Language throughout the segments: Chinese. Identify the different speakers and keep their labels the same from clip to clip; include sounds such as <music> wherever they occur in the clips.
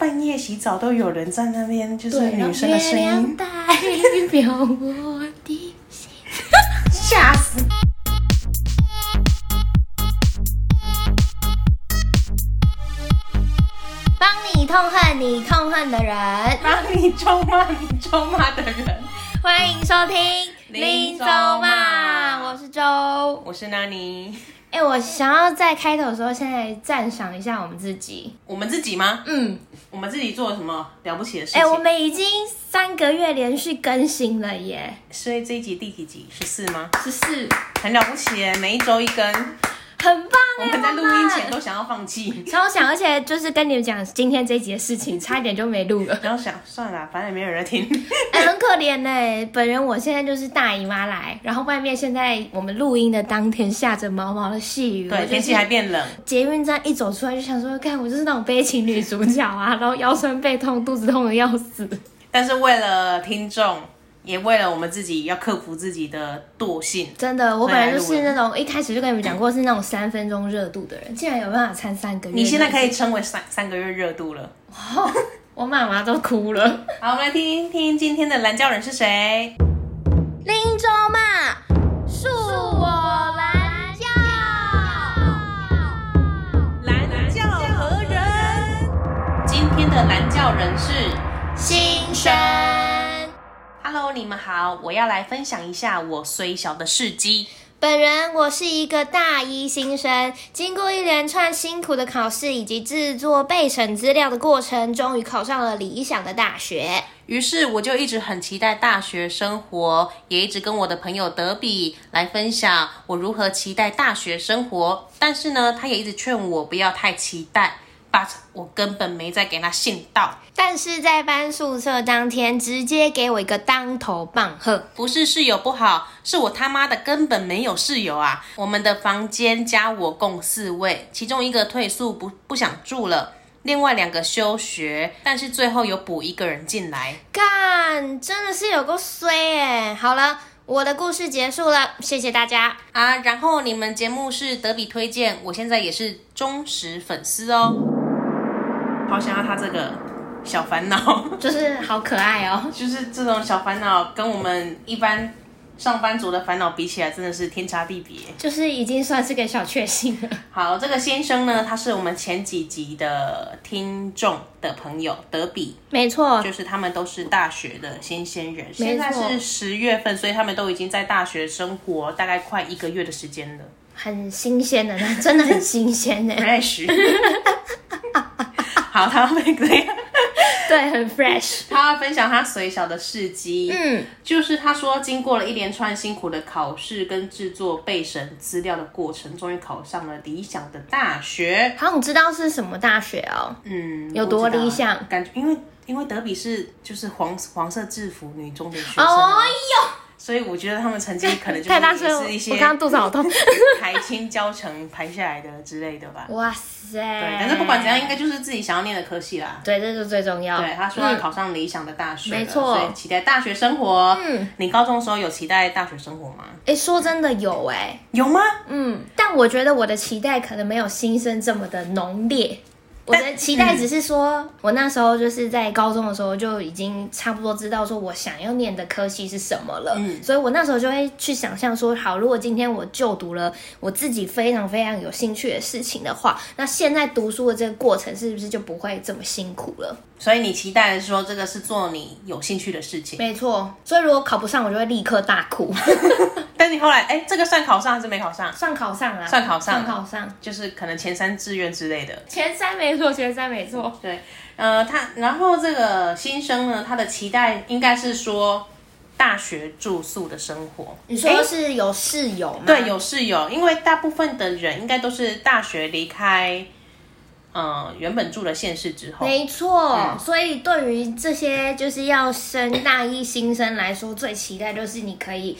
Speaker 1: 半夜洗澡都有人在那边，就是
Speaker 2: 对，
Speaker 1: 女生的声
Speaker 2: 让月亮
Speaker 1: 音，
Speaker 2: 代表我的 <laughs> 心。
Speaker 1: 吓死！
Speaker 2: 帮你痛恨你痛恨的人。
Speaker 1: 啊，你咒骂你咒骂的人，
Speaker 2: 欢迎收听《
Speaker 1: 林
Speaker 2: 州
Speaker 1: 州
Speaker 2: 骂》，
Speaker 1: 骂
Speaker 2: 我是周。
Speaker 1: <laughs> 我是 Nani，
Speaker 2: 哎、我想要在开头的时候，现在赞赏一下我们自己。
Speaker 1: 我们自己吗？
Speaker 2: 嗯，
Speaker 1: 我们自己做了什么了不起的事
Speaker 2: 哎、
Speaker 1: 情？
Speaker 2: 我们已经三个月连续更新了耶，
Speaker 1: 所以这一集第几集？十四吗？
Speaker 2: 十四，
Speaker 1: 很了不起耶，每一周一根。
Speaker 2: 很棒
Speaker 1: 我
Speaker 2: 哎、
Speaker 1: 们在录音前
Speaker 2: 妈
Speaker 1: 都想要放弃，
Speaker 2: 妈超想，而且就是跟你们讲今天这一集的事情，差一点就没录 <laughs> 了。
Speaker 1: 然后想算了，反正也没有人 <laughs> 听。
Speaker 2: 哎、很可怜呢、本人我现在就是大姨妈来，然后外面现在我们录音的当天下着毛毛的细雨，我
Speaker 1: 对，
Speaker 2: 就是
Speaker 1: 天气还变冷，
Speaker 2: 捷运站一走出来就想说，看我就是那种悲情女主角 <laughs> 啊，然后腰酸背痛，肚子痛的要死。
Speaker 1: 但是为了听众，也为了我们自己，要克服自己的惰性。
Speaker 2: 真的，我本来就
Speaker 1: 所以
Speaker 2: 是
Speaker 1: 来
Speaker 2: 那种一开始就跟你们讲过是那种三分钟热度的人，竟然有办法参三个月。
Speaker 1: 你现在可以称为三三个月热度了。
Speaker 2: 哦， <laughs> 我妈妈都哭了。
Speaker 1: 好，我们来听听今天的蓝教人是谁。
Speaker 2: 林州嘛，恕我蓝教。
Speaker 1: 蓝教何人？今天的蓝教人是
Speaker 2: 新生，
Speaker 1: Hello，你们好，我要来分享一下我虽小的事迹。
Speaker 2: 本人我是一个大一新生，经过一连串辛苦的考试以及制作备审资料的过程，终于考上了理想的大学。
Speaker 1: 于是我就一直很期待大学生活，也一直跟我的朋友德比来分享我如何期待大学生活。但是呢，他也一直劝我不要太期待，but 我根本没在给他信道。
Speaker 2: 但是在搬宿舍当天，直接给我一个当头棒喝。
Speaker 1: 不是室友不好，是我他妈的根本没有室友啊！我们的房间加我共四位，其中一个退宿不不想住了，另外两个休学，但是最后有补一个人进来。
Speaker 2: 干，真的是有够衰哎、好了，我的故事结束了，谢谢大家。
Speaker 1: 啊，然后你们节目是德比推荐，我现在也是忠实粉丝哦。好想要他这个小烦恼， <laughs>
Speaker 2: 就是好可爱哦。 <laughs>
Speaker 1: 就是这种小烦恼跟我们一般上班族的烦恼比起来，真的是天差地别。
Speaker 2: 就是已经算是个小确幸了。
Speaker 1: 好，这个先生呢，他是我们前几集的听众的朋友德比，
Speaker 2: 没错，
Speaker 1: 就是他们都是大学的新鲜人，
Speaker 2: 没错
Speaker 1: 现在是十月份，所以他们都已经在大学生活大概快一个月的时间了。
Speaker 2: 很新鲜的，那真的很新鲜
Speaker 1: <laughs>
Speaker 2: 呢。
Speaker 1: fresh。好，他会怎样？
Speaker 2: 对，很 fresh。
Speaker 1: <laughs> 他要分享他随小的事迹，
Speaker 2: 嗯，
Speaker 1: 就是他说经过了一连串辛苦的考试跟制作备审资料的过程，终于考上了理想的大学。
Speaker 2: 好想知道是什么大学哦。
Speaker 1: 嗯，
Speaker 2: 有多
Speaker 1: 我不知道
Speaker 2: 理想
Speaker 1: 感觉因为因为德比是就是黄黄色制服女中的学生啊，
Speaker 2: 哦哟，
Speaker 1: 所以我觉得他们成绩可
Speaker 2: <laughs>
Speaker 1: 能就
Speaker 2: 太大声了，
Speaker 1: 是一些
Speaker 2: 我
Speaker 1: <laughs>
Speaker 2: 刚刚肚子好痛。
Speaker 1: 台青教程排下来的之类的
Speaker 2: <laughs>
Speaker 1: 吧。
Speaker 2: 哇塞！
Speaker 1: 对，但是不管怎样，应该就是自己想要念的科系啦。
Speaker 2: 对，这是最重要。
Speaker 1: 对，他说要考上理想的大学了、
Speaker 2: 嗯没错
Speaker 1: 所以期待大学生活。
Speaker 2: 嗯
Speaker 1: 嗯，你高中的时候有期待大学生活吗？
Speaker 2: 哎、说真的有哎、
Speaker 1: 有吗？
Speaker 2: 嗯，但我觉得我的期待可能没有新生这么的浓烈。我的期待只是说，我那时候就是在高中的时候就已经差不多知道说我想要念的科系是什么了，
Speaker 1: 嗯
Speaker 2: 所以我那时候就会去想象说，好，如果今天我就读了我自己非常非常有兴趣的事情的话，那现在读书的这个过程是不是就不会这么辛苦了？
Speaker 1: 所以你期待的是说这个是做你有兴趣的事情，
Speaker 2: 没错，所以如果考不上，我就会立刻大哭。
Speaker 1: 但你后来哎、这个算考上还是没考上？
Speaker 2: 算考 <laughs> 上啦，
Speaker 1: 算考上
Speaker 2: 算考上，
Speaker 1: 就是可能前三志愿之类的。
Speaker 2: 前三没错，前三没错。
Speaker 1: 对，呃，他然后这个新生呢，他的期待应该是说大学住宿的生活。
Speaker 2: 你说
Speaker 1: 诶
Speaker 2: 是有室友吗？
Speaker 1: 对，有室友，因为大部分的人应该都是大学离开，呃，原本住的县市之后，
Speaker 2: 没错。所以对于这些就是要升大一新生来说，最期待就是你可以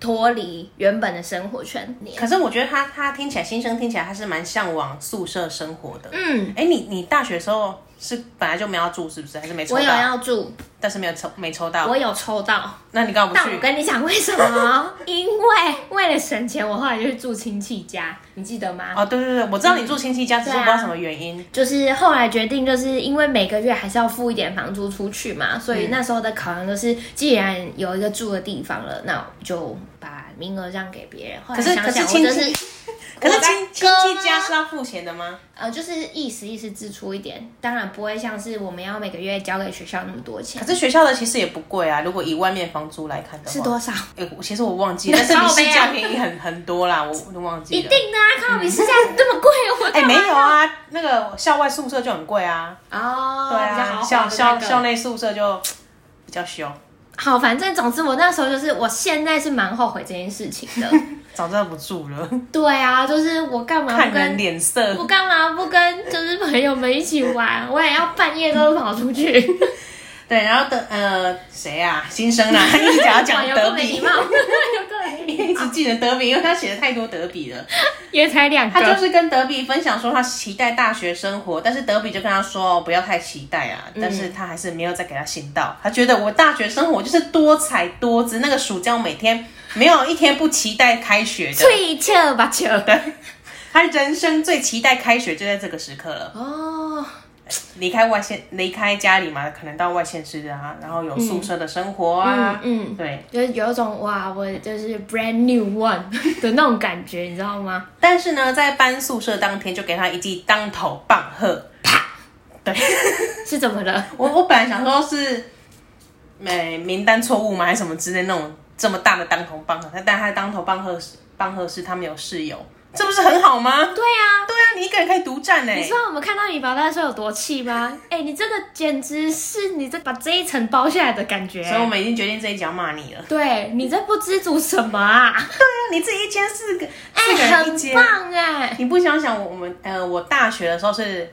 Speaker 2: 脱离原本的生活圈。你
Speaker 1: 可是我觉得他他听起来，新生听起来他是蛮向往宿舍生活的。
Speaker 2: 嗯，
Speaker 1: 哎、你你大学的时候是本来就没有要住，是不是？还是没抽
Speaker 2: 我有
Speaker 1: 到？
Speaker 2: 要住，
Speaker 1: 但是没有抽，没抽到。
Speaker 2: 我有抽到，
Speaker 1: 那你干嘛不
Speaker 2: 但我
Speaker 1: 去？
Speaker 2: 跟你讲为什么？ <laughs> 因为为了省钱，我后来就去住亲戚家，你记得吗？
Speaker 1: 哦，对对对，我知道你住亲戚家，只是
Speaker 2: 对
Speaker 1: 我
Speaker 2: 啊
Speaker 1: 不知道什么原因。
Speaker 2: 就是后来决定，就是因为每个月还是要付一点房租出去嘛，所以那时候的考量就是，既然有一个住的地方了，那我就把名额让给别人。后来
Speaker 1: 可是
Speaker 2: 想
Speaker 1: 可是
Speaker 2: 想，我
Speaker 1: 亲
Speaker 2: 真
Speaker 1: 戚
Speaker 2: 是
Speaker 1: 可是亲
Speaker 2: 我
Speaker 1: 亲
Speaker 2: 在割吗
Speaker 1: 戚家是要付钱的吗？
Speaker 2: 呃，就是意思意思支出一点，当然不会像是我们要每个月交给学校那么多钱
Speaker 1: 可。是学校的其实也不贵啊，如果以外面房租来看的话。
Speaker 2: 是多少？
Speaker 1: 哎、我其实我忘记了，但
Speaker 2: <laughs>
Speaker 1: 是
Speaker 2: 靠
Speaker 1: 比
Speaker 2: 背啊
Speaker 1: 市价便宜很很多啦，我我都忘记
Speaker 2: <laughs> 一
Speaker 1: 了。
Speaker 2: 定的啊，靠，比市价这么贵，我
Speaker 1: 哎、
Speaker 2: 干嘛
Speaker 1: 没有啊，那个校外宿舍就很贵啊。
Speaker 2: 哦，
Speaker 1: 对
Speaker 2: 比较
Speaker 1: 啊，
Speaker 2: 豪
Speaker 1: 校
Speaker 2: 华的
Speaker 1: 校
Speaker 2: 那个
Speaker 1: 校内宿舍就比较凶。
Speaker 2: 好，反正总之我那时候就是，我现在是蛮后悔这件事情的。 <laughs>
Speaker 1: 早知道不住了，
Speaker 2: 对啊，就是我干嘛
Speaker 1: 看
Speaker 2: 不
Speaker 1: 人
Speaker 2: 跟
Speaker 1: 脸色
Speaker 2: 我。干嘛不跟就是朋友们一起玩？我也要半夜都跑出去，
Speaker 1: 对，然后的呃，谁啊？新生
Speaker 2: <laughs>
Speaker 1: 啊，一直讲要 <laughs> 讲
Speaker 2: 有
Speaker 1: 德
Speaker 2: 个没礼
Speaker 1: 比
Speaker 2: 貌，， <laughs> 有个没礼
Speaker 1: <laughs>
Speaker 2: 貌
Speaker 1: 一直记得德比，因为他写的太多德比了。
Speaker 2: 也才两
Speaker 1: 他就
Speaker 2: 个。
Speaker 1: 是跟德比分享说他期待大学生活，但是德比就跟他说哦不要太期待啊，但是他还是没有再给他信到。他觉得我大学生活就是多彩多姿，那个暑假我每天没有一天不期待开学的。
Speaker 2: 脆切吧
Speaker 1: <laughs>
Speaker 2: 切
Speaker 1: 他人生最期待开学就在这个时刻了。
Speaker 2: 哦，
Speaker 1: 离开外县，离开家里嘛，可能到外县市啊，然后有宿舍的生活啊，
Speaker 2: 嗯
Speaker 1: 对。
Speaker 2: 嗯，就是有一种哇，我就是 brand new one 的那种感觉，你知道吗？
Speaker 1: 但是呢，在搬宿舍当天就给他一记当头棒喝，啪！对
Speaker 2: 是怎么了？
Speaker 1: 我，我本来想说是，没名单错误吗，还是什么之类那种这么大的当头棒喝，但但他的当头棒喝是棒喝是他没有室友，这不是很好吗？
Speaker 2: 对啊，
Speaker 1: 对啊，你一个人可以独占呢、
Speaker 2: 你知道我们看到你保单的时候有多气 <laughs> 吗？哎、你这个简直是你这把这一层包下来的感觉。
Speaker 1: 所以我们已经决定这一集要骂你了。
Speaker 2: 对你这不知足什么啊？
Speaker 1: 你自己一间四个，四个人
Speaker 2: 哎、
Speaker 1: 一
Speaker 2: 很
Speaker 1: 间，
Speaker 2: 棒哎、 <laughs>
Speaker 1: 你不想想我我们呃，我大学的时候是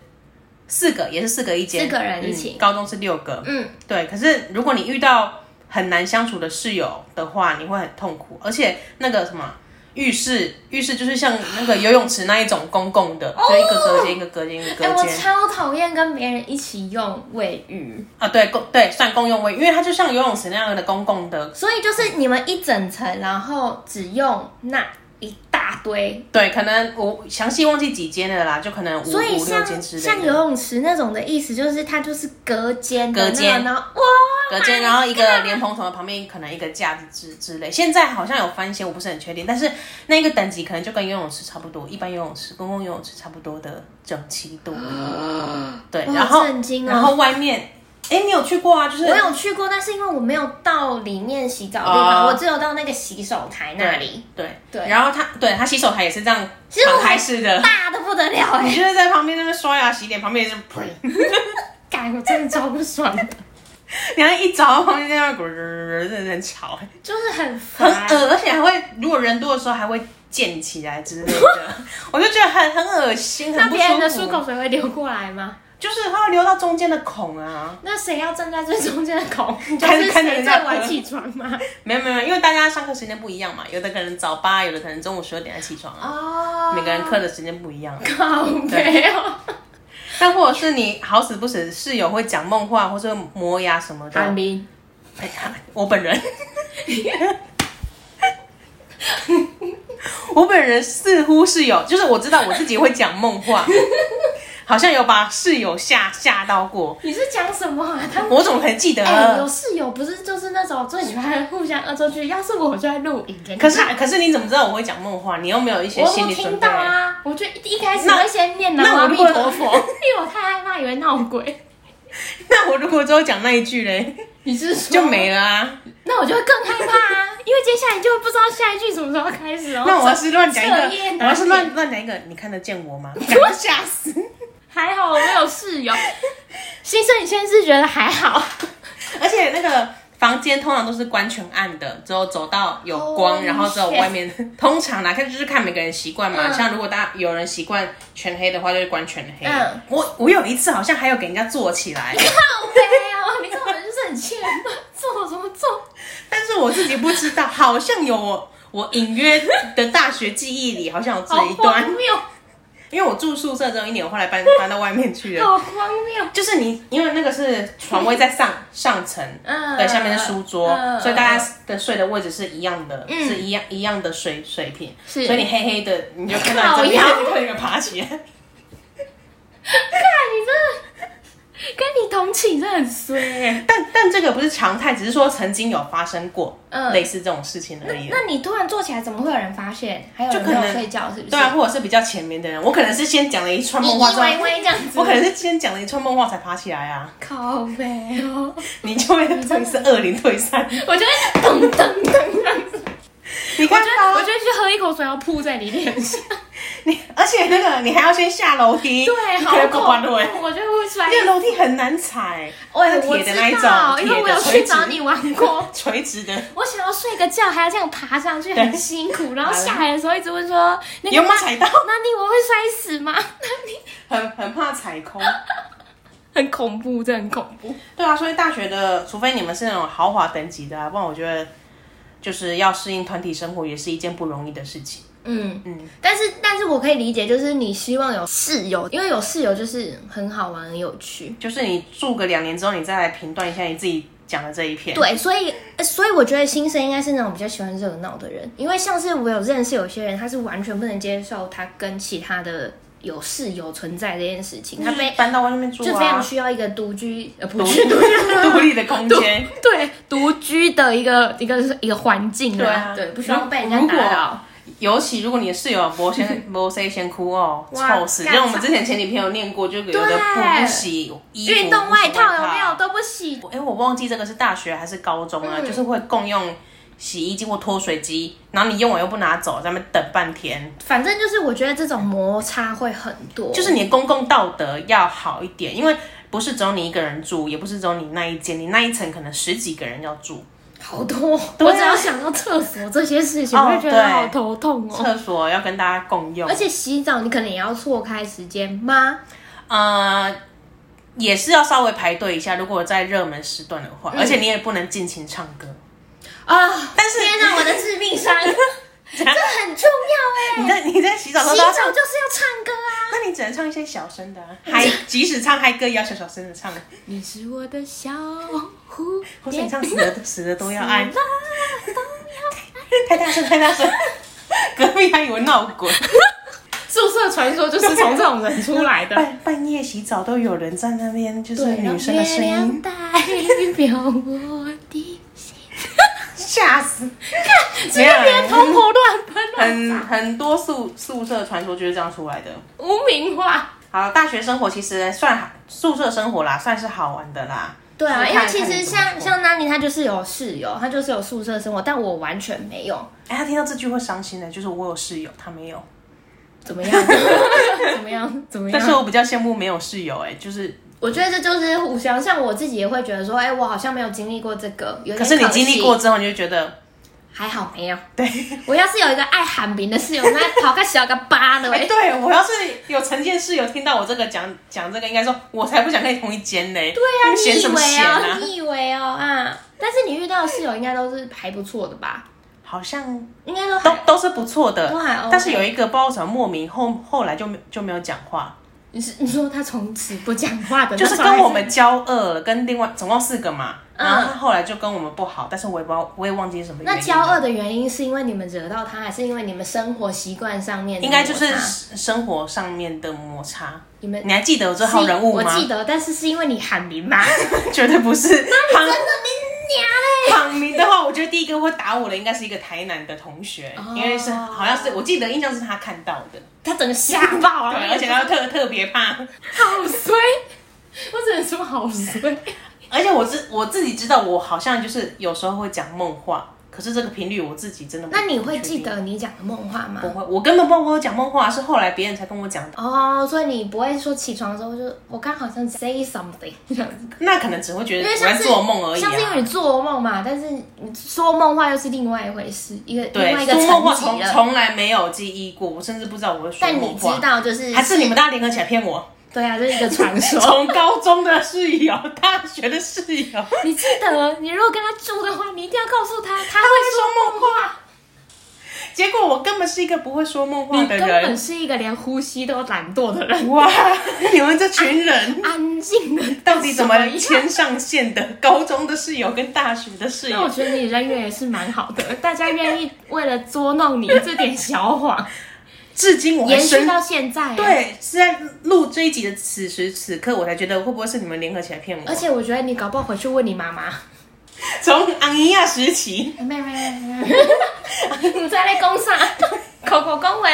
Speaker 1: 四个，也是四个一间，
Speaker 2: 四个人一起
Speaker 1: 嗯高中是六个，
Speaker 2: 嗯，
Speaker 1: 对。可是如果你遇到很难相处的室友的话，你会很痛苦，而且那个什么。浴室，浴室就是像那个游泳池那一种公共的，
Speaker 2: 哦
Speaker 1: 就一个隔间，一个隔间，一个
Speaker 2: 哎、
Speaker 1: 隔
Speaker 2: 我
Speaker 1: 间、
Speaker 2: 超讨厌跟别人一起用卫浴，
Speaker 1: 啊，对，公对算公用卫，因为它就像游泳池那样的公共的，
Speaker 2: 所以就是你们一整层，然后只用那一大堆。
Speaker 1: 对，可能我详细忘记几间了啦，就可能五
Speaker 2: 所以
Speaker 1: 五六
Speaker 2: 像
Speaker 1: 间之类的，
Speaker 2: 像游泳池那种的意思，就是它就是隔间的
Speaker 1: 隔间
Speaker 2: 那然后
Speaker 1: <laughs> 隔间，然后一个莲蓬头的旁边可能一个架子之之类。现在好像有翻新，我不是很确定，但是那个等级可能就跟游泳池差不多，一般游泳池、公共游泳池差不多的整齐
Speaker 2: <gasps>
Speaker 1: 度。对，呃
Speaker 2: 我好
Speaker 1: 然后、
Speaker 2: 震惊哦
Speaker 1: 然后外面，哎，你有去过啊？就是
Speaker 2: 我有去过，但是因为我没有到里面洗澡的地方，
Speaker 1: 哦
Speaker 2: 我只有到那个洗手台那里，
Speaker 1: 对
Speaker 2: 对
Speaker 1: 然后它对它洗手台也是这样
Speaker 2: 其实我
Speaker 1: 敞开式的，
Speaker 2: 大的不得了哎、
Speaker 1: 你
Speaker 2: <laughs>
Speaker 1: 就是在旁边那边刷牙洗脸，旁边也是呸，
Speaker 2: 感我真的超不爽的，
Speaker 1: 你看一早旁边在那咕噜噜噜噜，真的很吵，
Speaker 2: 就是很
Speaker 1: 很
Speaker 2: 烦。
Speaker 1: 恶，而且还会，如果人多的时候还会溅起来之类
Speaker 2: <laughs>
Speaker 1: 的，我就觉得很很恶心，
Speaker 2: 那
Speaker 1: 很不
Speaker 2: 别人的
Speaker 1: 舒
Speaker 2: 漱
Speaker 1: 服。
Speaker 2: 口水会流过来吗？
Speaker 1: 就是它会流到中间的孔啊，
Speaker 2: 那谁要站在最中间的孔？就
Speaker 1: <laughs> 看
Speaker 2: 是
Speaker 1: 看着人
Speaker 2: 谁最
Speaker 1: 家
Speaker 2: 晚起床吗？
Speaker 1: 没有没有，没有因为大家上课时间不一样嘛，有的可能早八，有的可能中午十二点才起床啊，
Speaker 2: 哦
Speaker 1: 每个人课的时间不一样。
Speaker 2: 靠没有。
Speaker 1: 但或者是你好死不死室友会讲梦话，或者磨牙什么的，
Speaker 2: 冰，
Speaker 1: 哎我本
Speaker 2: <laughs>
Speaker 1: 人。我本人似乎是有，就是我知道我自己会讲梦
Speaker 2: <laughs>
Speaker 1: 话，好像有把室友吓吓到过。
Speaker 2: 你是讲什么啊？他们
Speaker 1: 我怎么可能记得？
Speaker 2: 哎，有室友不是就是那种最喜欢互相恶作剧？要是我就在录影给你
Speaker 1: 可是啊
Speaker 2: 看
Speaker 1: 可是你怎么知道我会讲梦话？你又没有一些
Speaker 2: 我
Speaker 1: 心
Speaker 2: 我
Speaker 1: 理准
Speaker 2: 听
Speaker 1: 备。
Speaker 2: 到啊，我就一一开始
Speaker 1: 那
Speaker 2: 会先念南
Speaker 1: 那我
Speaker 2: 无阿弥
Speaker 1: 如果 <laughs>
Speaker 2: 陀佛，因为我太害怕，以为闹鬼。
Speaker 1: 那我如果只有讲那一句嘞，
Speaker 2: 你是说
Speaker 1: 就？没了啊。
Speaker 2: <laughs> 那我就会更害怕啊，因为接下来就不知道下一句什么时候开始哦。 <laughs>
Speaker 1: 那我要是乱讲一
Speaker 2: 彻夜
Speaker 1: 个，我
Speaker 2: 难眠
Speaker 1: 要是乱乱讲一个，你看得见我
Speaker 2: <laughs>
Speaker 1: 吗？我吓死！
Speaker 2: 还好我没有
Speaker 1: <laughs>
Speaker 2: 室友。新生，你现在是觉得还好？
Speaker 1: <laughs> 而且那个房间通常都是关全暗的，只有走到有光
Speaker 2: Oh,
Speaker 1: 然后只有
Speaker 2: shit.
Speaker 1: 外面。 <laughs> 通常啦，看就是看每个人习惯嘛。
Speaker 2: 嗯
Speaker 1: 像如果大家有人习惯全黑的话，就是关全黑。
Speaker 2: 嗯
Speaker 1: 我我有一次好像还有给人家坐起
Speaker 2: <laughs>
Speaker 1: 来，
Speaker 2: 靠背哦，你这种人就是很欠骂，做什么做？
Speaker 1: 但是我自己不知道，好像有我我隐约的大学记忆里好像有这
Speaker 2: 好
Speaker 1: 一
Speaker 2: 荒
Speaker 1: 段。
Speaker 2: 谬！
Speaker 1: 因为我住宿舍只有一年，我后来搬搬到外面去了。
Speaker 2: <laughs> 好荒谬。
Speaker 1: 就是你，因为那个是床位在上上层，
Speaker 2: 嗯
Speaker 1: 对，下面是书桌，
Speaker 2: 嗯
Speaker 1: 所以大家的睡的位置是一样的，
Speaker 2: 嗯
Speaker 1: 是一样一样的水水平，
Speaker 2: 是
Speaker 1: 所以你黑黑的，你就看到 <laughs> 你这边
Speaker 2: 靠腰
Speaker 1: 就看到一个爬起
Speaker 2: <laughs>
Speaker 1: 来，
Speaker 2: 看你真的跟你同寝真的很衰欸、
Speaker 1: 但但这个不是常态，只是说曾经有发生过
Speaker 2: 嗯
Speaker 1: 类似这种事情而已。
Speaker 2: 那你突然坐起来，怎么会有人发现？还有
Speaker 1: 就
Speaker 2: 人
Speaker 1: 可
Speaker 2: 没有
Speaker 1: 能
Speaker 2: 睡觉，是不是？
Speaker 1: 对啊，或者是比较前面的人，我可能是先讲了一串
Speaker 2: 你
Speaker 1: 梦
Speaker 2: 以
Speaker 1: 话之后，
Speaker 2: 为为这样子，
Speaker 1: 我可能是先讲了一串梦话才爬起来啊，
Speaker 2: 靠背哦，
Speaker 1: 你就会退是二零退三，
Speaker 2: 我就会噔噔噔这样子，
Speaker 1: 你
Speaker 2: 我
Speaker 1: 看
Speaker 2: 就
Speaker 1: 吧，
Speaker 2: 我就去喝一口水，要扑在你脸上，
Speaker 1: 你而且那个你还要先下楼梯，
Speaker 2: 对，
Speaker 1: 你
Speaker 2: 好
Speaker 1: 可能不管
Speaker 2: 恐
Speaker 1: 路欸
Speaker 2: 怖，我就会摔。
Speaker 1: 那个楼梯很难踩，
Speaker 2: 我
Speaker 1: 是
Speaker 2: 我
Speaker 1: 铁的那一
Speaker 2: 知道，
Speaker 1: 种，
Speaker 2: 因为
Speaker 1: 铁
Speaker 2: 我有
Speaker 1: 的
Speaker 2: 去
Speaker 1: 垂
Speaker 2: 找
Speaker 1: 直
Speaker 2: 你玩过。
Speaker 1: 垂直的，
Speaker 2: 我想要睡个觉，还要这样爬上去，
Speaker 1: 对
Speaker 2: 很辛苦。然后下来的时候一直问说：“那
Speaker 1: 你
Speaker 2: 个
Speaker 1: 有没有踩到？
Speaker 2: <laughs> 那你我会摔死吗？”那你
Speaker 1: 很很怕踩空。
Speaker 2: <laughs> 很恐怖，这很恐怖。
Speaker 1: 对啊，所以大学的，除非你们是那种豪华等级的、啊，不然我觉得就是要适应团体生活也是一件不容易的事情。
Speaker 2: 嗯
Speaker 1: 嗯，
Speaker 2: 但是但是我可以理解，就是你希望有室友，因为有室友就是很好玩、很有趣。
Speaker 1: 就是你住个两年之后，你再来评断一下你自己讲的这一篇。
Speaker 2: 对，所以呃所以我觉得新生应该是那种比较喜欢热闹的人，因为像是我有认识有些人，他是完全不能接受他跟其他的有室友存在这件事情，
Speaker 1: 就是
Speaker 2: 他非
Speaker 1: 搬到外面住
Speaker 2: 就非常
Speaker 1: 啊，
Speaker 2: 需要一个独居呃不
Speaker 1: 独
Speaker 2: 是
Speaker 1: 立
Speaker 2: 独居
Speaker 1: 独立的空间。
Speaker 2: <laughs> 对独居的一个一个一个环境
Speaker 1: 对啊
Speaker 2: 对，不需要
Speaker 1: 如
Speaker 2: 被人家
Speaker 1: 如果
Speaker 2: 打扰。
Speaker 1: 尤其如果你的室友啊不先不 say 先哭哦，
Speaker 2: 哇
Speaker 1: 臭死！
Speaker 2: 干
Speaker 1: 因为我们之前前几篇有念过，就有的
Speaker 2: 对
Speaker 1: 不不洗衣服、
Speaker 2: 运动
Speaker 1: 不洗
Speaker 2: 外套有没有？都不洗？
Speaker 1: 哎、我忘记这个是大学还是高中
Speaker 2: 嗯
Speaker 1: 了，就是会共用洗衣机或脱水机，然后你用完又不拿走，在那边等半天，
Speaker 2: 反正就是我觉得这种摩擦会很多，
Speaker 1: 就是你的公共道德要好一点，因为不是只有你一个人住，也不是只有你那一间，你那一层可能十几个人要住，
Speaker 2: 好多。
Speaker 1: 对啊
Speaker 2: 我只要想到厕所这些事情，
Speaker 1: 哦
Speaker 2: 我就觉得
Speaker 1: 对
Speaker 2: 好头痛哦。
Speaker 1: 厕所要跟大家共用
Speaker 2: 而，且洗澡你可能也要错开时间吗？
Speaker 1: 呃，也是要稍微排队一下，如果在热门时段的话，
Speaker 2: 嗯
Speaker 1: 而且你也不能尽情唱
Speaker 2: <laughs>
Speaker 1: 歌。
Speaker 2: 啊，
Speaker 1: 但是
Speaker 2: 天哪，我的致
Speaker 1: <laughs>
Speaker 2: 命伤，这很重要哎、
Speaker 1: 你在你在洗澡的时候
Speaker 2: 洗
Speaker 1: 都要
Speaker 2: 澡
Speaker 1: 唱，
Speaker 2: 就是要唱歌啊！
Speaker 1: 那你只能唱一些小声的、啊，嗨，即使唱嗨歌也要小小声的唱。
Speaker 2: 你是我的小蝴
Speaker 1: 或是
Speaker 2: 蝶
Speaker 1: 你，唱死的死的都要爱 <laughs>
Speaker 2: 死，
Speaker 1: 太大声太大声， <laughs> 隔壁还以为闹鬼。
Speaker 2: 宿舍传说就是从这种人出
Speaker 1: <laughs>
Speaker 2: 来
Speaker 1: 半半夜洗澡都有人在那边，就是
Speaker 2: 对，让
Speaker 1: 女生的
Speaker 2: 月
Speaker 1: 声
Speaker 2: 亮
Speaker 1: <laughs> 音，
Speaker 2: 代表我的心。
Speaker 1: 吓死！
Speaker 2: 这个连头婆乱喷乱
Speaker 1: 啊很很多宿宿舍传说就是这样出来的。
Speaker 2: 无名化。
Speaker 1: 好，大学生活其实算宿舍生活啦，算是好玩的啦。
Speaker 2: 对
Speaker 1: 就
Speaker 2: 啊，
Speaker 1: 是
Speaker 2: 因为
Speaker 1: 看
Speaker 2: 其实
Speaker 1: 看你
Speaker 2: 像
Speaker 1: 怎么过
Speaker 2: 像 Nani 她就是有室友，她就是有宿舍生活，但我完全没有。
Speaker 1: 哎，他听到这句会伤心的，欸就是我有室友，他没有。
Speaker 2: 怎么样？
Speaker 1: <laughs>
Speaker 2: 怎么样？怎么
Speaker 1: 但是
Speaker 2: 样？
Speaker 1: 我比较羡慕没有室友，哎，就是
Speaker 2: 我觉得这就是互相，像我自己也会觉得说，哎、我好像没有经历过这个，有点
Speaker 1: 可是你经历过
Speaker 2: 惜，
Speaker 1: 之后，你就觉得
Speaker 2: 还好没有。
Speaker 1: 对。
Speaker 2: 我要是有一个爱喊名的室友，那跑个小个巴的
Speaker 1: 哎、
Speaker 2: 喂。
Speaker 1: 对我要是有成建室友听到我这个讲讲这个，应该说我才不想跟你同一间呢。对
Speaker 2: 对啊，
Speaker 1: 嫌
Speaker 2: 你以
Speaker 1: 什么
Speaker 2: 为
Speaker 1: 嫌
Speaker 2: 哦，
Speaker 1: 啊？
Speaker 2: 你以为哦啊！但是你遇到的室友应该都是还不错的吧？
Speaker 1: 好像
Speaker 2: 应该都
Speaker 1: 都
Speaker 2: 还
Speaker 1: 都是不错的
Speaker 2: 都还 OK
Speaker 1: 但是有一个不知道为什么莫名后后来就没就没有讲话，
Speaker 2: 你是你说他从此不讲话的那
Speaker 1: 就
Speaker 2: 种
Speaker 1: 是
Speaker 2: 还，
Speaker 1: 跟我们交恶了，跟另外总共四个嘛，
Speaker 2: 嗯
Speaker 1: 然后他后来就跟我们不好，但是我也不知道，我也忘记是什么原因
Speaker 2: 那
Speaker 1: 了。
Speaker 2: 骄傲的原因是因为你们惹到他，还是因为你们生活习惯上面的
Speaker 1: 应该就
Speaker 2: 摩
Speaker 1: 是
Speaker 2: 擦
Speaker 1: 生活上面的摩擦。
Speaker 2: 你们
Speaker 1: 你还记得有这号人物
Speaker 2: 我
Speaker 1: 吗？
Speaker 2: 记得，但是是因为你喊名吗？
Speaker 1: <laughs> 绝对不是。
Speaker 2: 真的
Speaker 1: <laughs>
Speaker 2: 你
Speaker 1: 躺名的话，我觉得第一个会打我的应该是一个台南的同学，
Speaker 2: 哦
Speaker 1: 因为是好像是我记得印象是他看到的，
Speaker 2: 他整个吓爆
Speaker 1: 对，
Speaker 2: 了，
Speaker 1: 而且他特特别怕，
Speaker 2: 好衰，我只能说好衰。
Speaker 1: 而且我自我自己知道，我好像就是有时候会讲梦话，可是这个频率我自己真的不
Speaker 2: 那你会
Speaker 1: 不确
Speaker 2: 记
Speaker 1: 定
Speaker 2: 得你讲的梦话吗
Speaker 1: 不？会？我根本不知道我有讲梦话，是后来别人才跟我讲的，
Speaker 2: 哦，所以你不会说起床的时候就我刚好像 say something 这样子，
Speaker 1: 那可能只会觉
Speaker 2: 因
Speaker 1: 得
Speaker 2: 为
Speaker 1: 我
Speaker 2: 像
Speaker 1: 在
Speaker 2: 是
Speaker 1: 做梦而已、啊。
Speaker 2: 像是因为你做梦嘛，但是你说梦话又是另外一回事，一个另
Speaker 1: 对，
Speaker 2: 外一个
Speaker 1: 说梦话
Speaker 2: 层
Speaker 1: 从
Speaker 2: 级了。
Speaker 1: 从来没有记忆过，我甚至不知道我会说
Speaker 2: 但你
Speaker 1: 梦
Speaker 2: 知
Speaker 1: 话。
Speaker 2: 道就是
Speaker 1: 还是你们大家联合起来骗
Speaker 2: <laughs>
Speaker 1: 我？
Speaker 2: 对啊，这是一个传说。
Speaker 1: <laughs> 从高中的室友，大学的室友，
Speaker 2: 你记得，你如果跟他住的话，你一定要告诉他，他
Speaker 1: 他
Speaker 2: 会
Speaker 1: 会说梦话。结果我根本是一个不会说梦话
Speaker 2: 你
Speaker 1: 的
Speaker 2: 根本
Speaker 1: 人。
Speaker 2: 是一个连呼吸都懒惰的
Speaker 1: <laughs>
Speaker 2: 人，
Speaker 1: 哇，你们这群人
Speaker 2: 安静的，
Speaker 1: 到底怎么
Speaker 2: 一
Speaker 1: <laughs>
Speaker 2: 样？
Speaker 1: 牵上线的？高中的室友跟大学的室
Speaker 2: 那我
Speaker 1: 友，
Speaker 2: 觉得你人缘也是蛮好的，大家愿意为了捉弄你这点小谎，
Speaker 1: 至今我还
Speaker 2: 延续
Speaker 1: 深
Speaker 2: 到现在、啊。，
Speaker 1: 对，是在录这一集的此时此刻，我才觉得会不会是你们联合起来骗我？
Speaker 2: 而且我觉得你搞不好回去问你妈妈，
Speaker 1: 从昂尼亚时期，
Speaker 2: 妹妹， <laughs> 你在那公啥？
Speaker 1: <laughs>
Speaker 2: 口口恭维，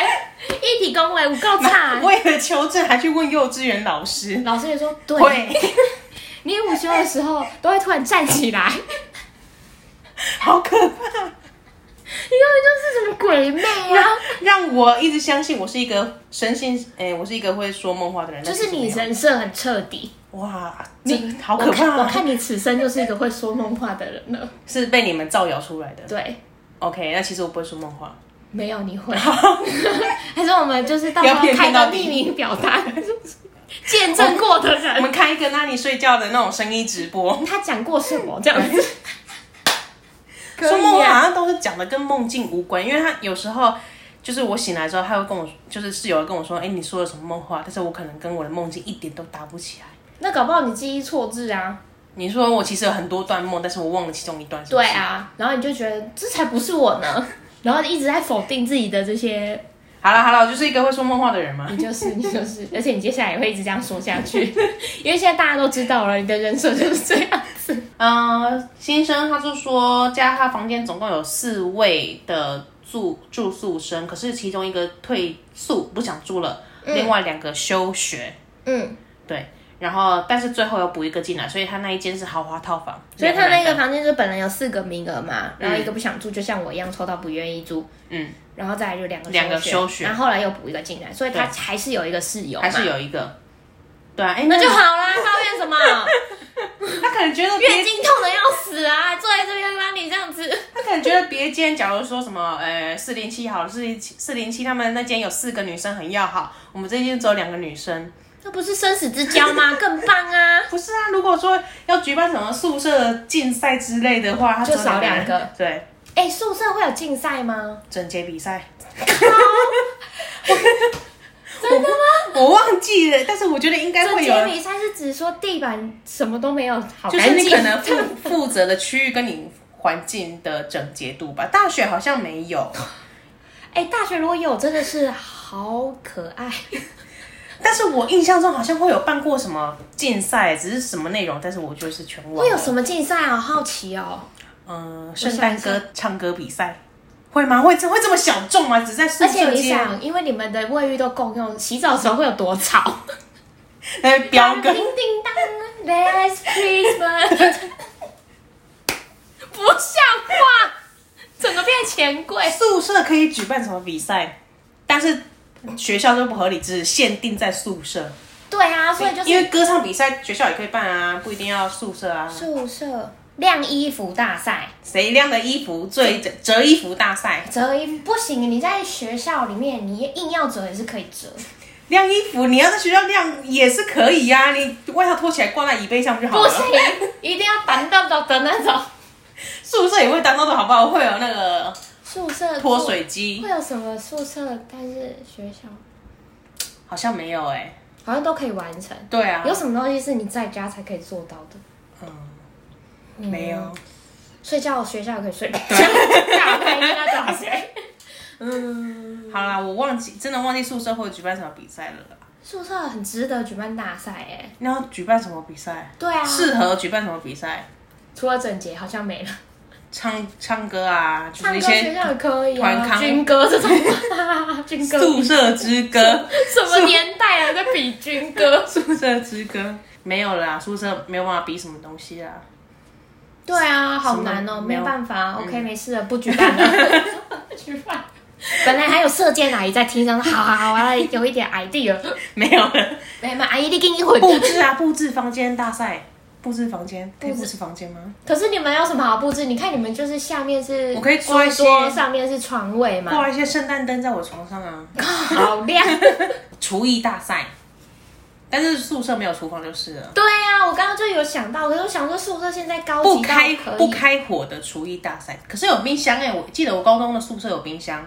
Speaker 2: 一体恭维，我告
Speaker 1: <laughs>
Speaker 2: 差。
Speaker 1: 为了求证还去问幼稚园老师， <laughs>
Speaker 2: 老师也说，对，
Speaker 1: 会，
Speaker 2: <laughs> 你午休的时候都会突然站
Speaker 1: <laughs>
Speaker 2: 起来，你根
Speaker 1: 好可怕！
Speaker 2: 本就是什么鬼魅啊！
Speaker 1: 让我一直相信我是一个深信，哎、我是一个会说梦话的人。
Speaker 2: 就
Speaker 1: 但
Speaker 2: 是
Speaker 1: 其实
Speaker 2: 你
Speaker 1: 没有
Speaker 2: 人设很彻底，
Speaker 1: 哇，
Speaker 2: 你
Speaker 1: 你好可怕
Speaker 2: 我看！我
Speaker 1: 啊、
Speaker 2: 看你此生就是一个会说梦话的人了。
Speaker 1: 是被你们造谣出来的。
Speaker 2: 对，
Speaker 1: OK，那其实我不会说梦话， <laughs>
Speaker 2: 没有你会，还是我们就是到时候
Speaker 1: 不要骗
Speaker 2: 开
Speaker 1: 骗到
Speaker 2: 个
Speaker 1: 底
Speaker 2: 匿名表单，见证过的
Speaker 1: 我
Speaker 2: 人，
Speaker 1: 们开一个那你睡觉的那种声音直播，
Speaker 2: 他讲过什么这样子？
Speaker 1: <laughs>
Speaker 2: 可以啊
Speaker 1: 说梦
Speaker 2: 耶
Speaker 1: 话好像都是讲的跟梦境无关，因为他有时候就是我醒来之后，他会跟我，就是室友会跟我说，哎、你说了什么梦话？但是我可能跟我的梦境一点都搭不起来。
Speaker 2: 那搞不好你记忆错字啊。
Speaker 1: 你说我其实有很多段梦，但是我忘了其中一段是不
Speaker 2: 对
Speaker 1: 是。
Speaker 2: 啊，然后你就觉得这才不是我呢，然后一直在否定自己的这些，
Speaker 1: 好了好了，我就是一个会说梦话的人嘛
Speaker 2: 你。就是
Speaker 1: <laughs>
Speaker 2: 你就是，而且你接下来也会一直这样说下去，因为现在大家都知道了，你的人设就是这样子。
Speaker 1: 呃，先生他就说，加他房间总共有四位的住住宿生，可是其中一个退宿不想住了，另外两个休学，
Speaker 2: 嗯，
Speaker 1: 对，然后但是最后有补一个进来，所以他那一间是豪华套房，
Speaker 2: 所以他那
Speaker 1: 两
Speaker 2: 个
Speaker 1: 男
Speaker 2: 房间就本来有四个名额嘛，然后一个不想住，就像我一样抽到不愿意住，
Speaker 1: 嗯，
Speaker 2: 然后再来就两个
Speaker 1: 两个休学
Speaker 2: 学，然后后来又补一个进来，所以他还是有一个室友
Speaker 1: 的
Speaker 2: 嘛，
Speaker 1: 还是有一个，对啊，哎，
Speaker 2: 那就好啦，抱怨什么？
Speaker 1: 他可能觉得
Speaker 2: 月
Speaker 1: 别，
Speaker 2: 经痛的要死啊，坐在这边让你这样子。
Speaker 1: 他可能觉得别间，假如说什么，呃，四零七好了，四零七四零七他们那间有四个女生很要好，我们这间只有两个女生，
Speaker 2: 那不是生死之交吗？ <laughs> 更棒啊！
Speaker 1: 不是啊，如果说要举办什么宿舍竞赛之类的话，他
Speaker 2: 就少
Speaker 1: 两
Speaker 2: 两个
Speaker 1: 人，对，
Speaker 2: 哎、宿舍会有竞赛吗？
Speaker 1: 整洁比赛，
Speaker 2: 真的吗？
Speaker 1: 我忘记了，但是我觉得应该
Speaker 2: 整
Speaker 1: 会
Speaker 2: 洁
Speaker 1: 有，
Speaker 2: 比赛是指说地板什么都没有，好
Speaker 1: 就是
Speaker 2: 干
Speaker 1: 你
Speaker 2: 净。
Speaker 1: 可能负
Speaker 2: <laughs>
Speaker 1: 负责的区域跟你环境的整洁度吧。大学好像没
Speaker 2: <laughs>
Speaker 1: 有，
Speaker 2: 哎、大学如果有，真的是好可 <laughs> 爱。
Speaker 1: 但是我印象中好像会有办过什么竞赛，只是什么内容，但是我就是全忘了。
Speaker 2: 会有什么竞赛啊？好奇哦。
Speaker 1: 嗯，圣诞歌唱歌比赛会吗？会这会这么小众吗？只在宿
Speaker 2: 而且
Speaker 1: 舍
Speaker 2: 你
Speaker 1: 间
Speaker 2: 想，因为你们的卫浴都共用，洗澡的时候会有多吵？
Speaker 1: 来哎飙
Speaker 2: 叮
Speaker 1: 歌，
Speaker 2: 叮当，Last Christmas，不像话，整个变钱柜。
Speaker 1: 宿舍可以举办什么比赛，但是学校就不合理，只限定在宿舍。
Speaker 2: 对啊，所以就是
Speaker 1: 因为歌唱比赛学校也可以办啊，不一定要宿舍啊。
Speaker 2: 宿舍晾衣服大赛，
Speaker 1: 谁晾的衣服最折折衣服大赛？
Speaker 2: 折衣服不行，你在学校里面你硬要折也是可以折，
Speaker 1: 晾衣服你要在学校晾也是可以呀、你外套脱起来挂在椅背上不就好
Speaker 2: 不
Speaker 1: 了？
Speaker 2: 行，一定要挡到的那种。
Speaker 1: 宿舍也会当到的好不好？会有那个
Speaker 2: 呃宿舍
Speaker 1: 脱水机
Speaker 2: 会，有什么宿舍？但是学校
Speaker 1: 好像没有哎、
Speaker 2: 好像都可以完成。
Speaker 1: 对啊，
Speaker 2: 有什么东西是你在家才可以做到的？
Speaker 1: 嗯，没有。
Speaker 2: 睡觉，学校也可以睡，大开那大学。
Speaker 1: 好啦，我忘记真的忘记宿舍会举办什么比赛了啦。
Speaker 2: <laughs> 宿舍很值得举办大赛哎、
Speaker 1: 你要举办什么比赛？
Speaker 2: 对啊，
Speaker 1: 适合举办什么比赛？
Speaker 2: 除了整洁好像没了，
Speaker 1: 唱唱歌啊，就
Speaker 2: 唱
Speaker 1: 是
Speaker 2: 歌
Speaker 1: 一
Speaker 2: 学
Speaker 1: 些
Speaker 2: 校也可以
Speaker 1: 团
Speaker 2: 啊，
Speaker 1: 康
Speaker 2: 军歌这种， <laughs> 军歌
Speaker 1: 宿舍之歌。 <laughs>
Speaker 2: 什么年代了啊在比军歌？
Speaker 1: 宿舍之歌没有啦，宿舍没有办法比什么东西啦。 <laughs>
Speaker 2: 对啊，好难
Speaker 1: 什
Speaker 2: 哦，
Speaker 1: 么
Speaker 2: 没有办
Speaker 1: 没
Speaker 2: 法
Speaker 1: 有嗯
Speaker 2: ，OK，没事了，不举办
Speaker 1: <laughs>
Speaker 2: 了，不举办。本来还有射箭阿姨在听，想说好好好，我要有一点 idea，
Speaker 1: 没有了。
Speaker 2: 没有，阿姨你给你混。
Speaker 1: <laughs> 布置啊，布置房间大赛，布置房间，可以
Speaker 2: 布置
Speaker 1: 布置房间吗？
Speaker 2: 可是你们有什么好布置？你看你们就是下面是
Speaker 1: 我可以做
Speaker 2: 桌
Speaker 1: 一些
Speaker 2: 桌，上面是床位嘛，
Speaker 1: 挂一些圣诞灯在我床上啊。 <laughs>
Speaker 2: <laughs> 好亮。
Speaker 1: 厨艺大赛，但是宿舍没有厨房就是了。
Speaker 2: 对啊，我刚刚就有想到，可是我想说宿舍现在高
Speaker 1: 不
Speaker 2: 级到
Speaker 1: 开
Speaker 2: 可以
Speaker 1: 欸不开火的厨艺大赛，可是有冰箱哎、我记得我高中的宿舍有冰箱，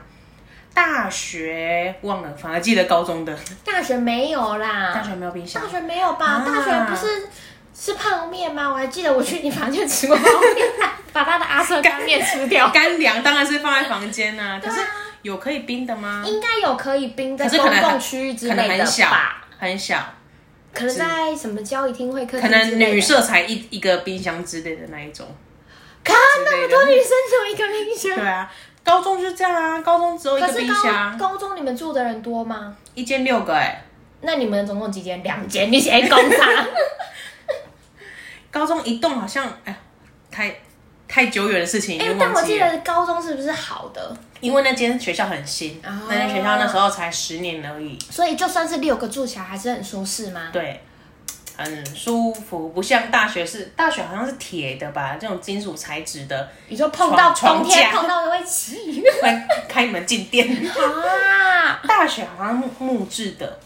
Speaker 1: 大学忘了，反而记得高中的。
Speaker 2: 大学没有啦，
Speaker 1: 大学没有冰箱
Speaker 2: 大，学没有吧？
Speaker 1: 啊
Speaker 2: 大学不是吃泡面吗？我还记得我去你房间吃过泡
Speaker 1: <laughs>
Speaker 2: 面，把他的阿瑟干面吃掉。
Speaker 1: 干粮当然是放在房间呐、可是
Speaker 2: 对啊
Speaker 1: 有可以冰的吗？
Speaker 2: 应该有可以冰在
Speaker 1: 可是
Speaker 2: 公
Speaker 1: 可能
Speaker 2: 共
Speaker 1: 很
Speaker 2: 区域之
Speaker 1: 可能
Speaker 2: 类的
Speaker 1: 很小
Speaker 2: 吧？，
Speaker 1: 很小，
Speaker 2: 可能在什么交易厅会客
Speaker 1: 可
Speaker 2: 厅之
Speaker 1: 能
Speaker 2: 类的
Speaker 1: 女，舍才一一个冰箱之类的那一种。
Speaker 2: 看那么多女生只有一个冰箱
Speaker 1: 对。啊，高中就这样啊，高中只有一
Speaker 2: 可
Speaker 1: 个
Speaker 2: 是
Speaker 1: 冰
Speaker 2: 高
Speaker 1: 箱，
Speaker 2: 高中你们住的人多吗？
Speaker 1: 一间六个哎、
Speaker 2: 那你们总共几间？两间，你写工厂。
Speaker 1: 高中一栋好像哎，太太久远的事情已
Speaker 2: 哎、
Speaker 1: 经
Speaker 2: 但
Speaker 1: 忘
Speaker 2: 我
Speaker 1: 记
Speaker 2: 记
Speaker 1: 了。
Speaker 2: 得高中是不是好的？
Speaker 1: 因为那间学校很新，
Speaker 2: 哦
Speaker 1: 那间学校那时候才十年而已，
Speaker 2: 所以就算是六个住起来还是很舒适吗？
Speaker 1: 对，很舒服，不像大学是大学好像是铁的吧，这种金属材质的，
Speaker 2: 你说碰到
Speaker 1: 床
Speaker 2: 冬天
Speaker 1: 床架
Speaker 2: 碰到会
Speaker 1: <laughs>
Speaker 2: 起
Speaker 1: 会开门进
Speaker 2: <laughs>
Speaker 1: 店。
Speaker 2: 啊！
Speaker 1: 大学好像木木质的，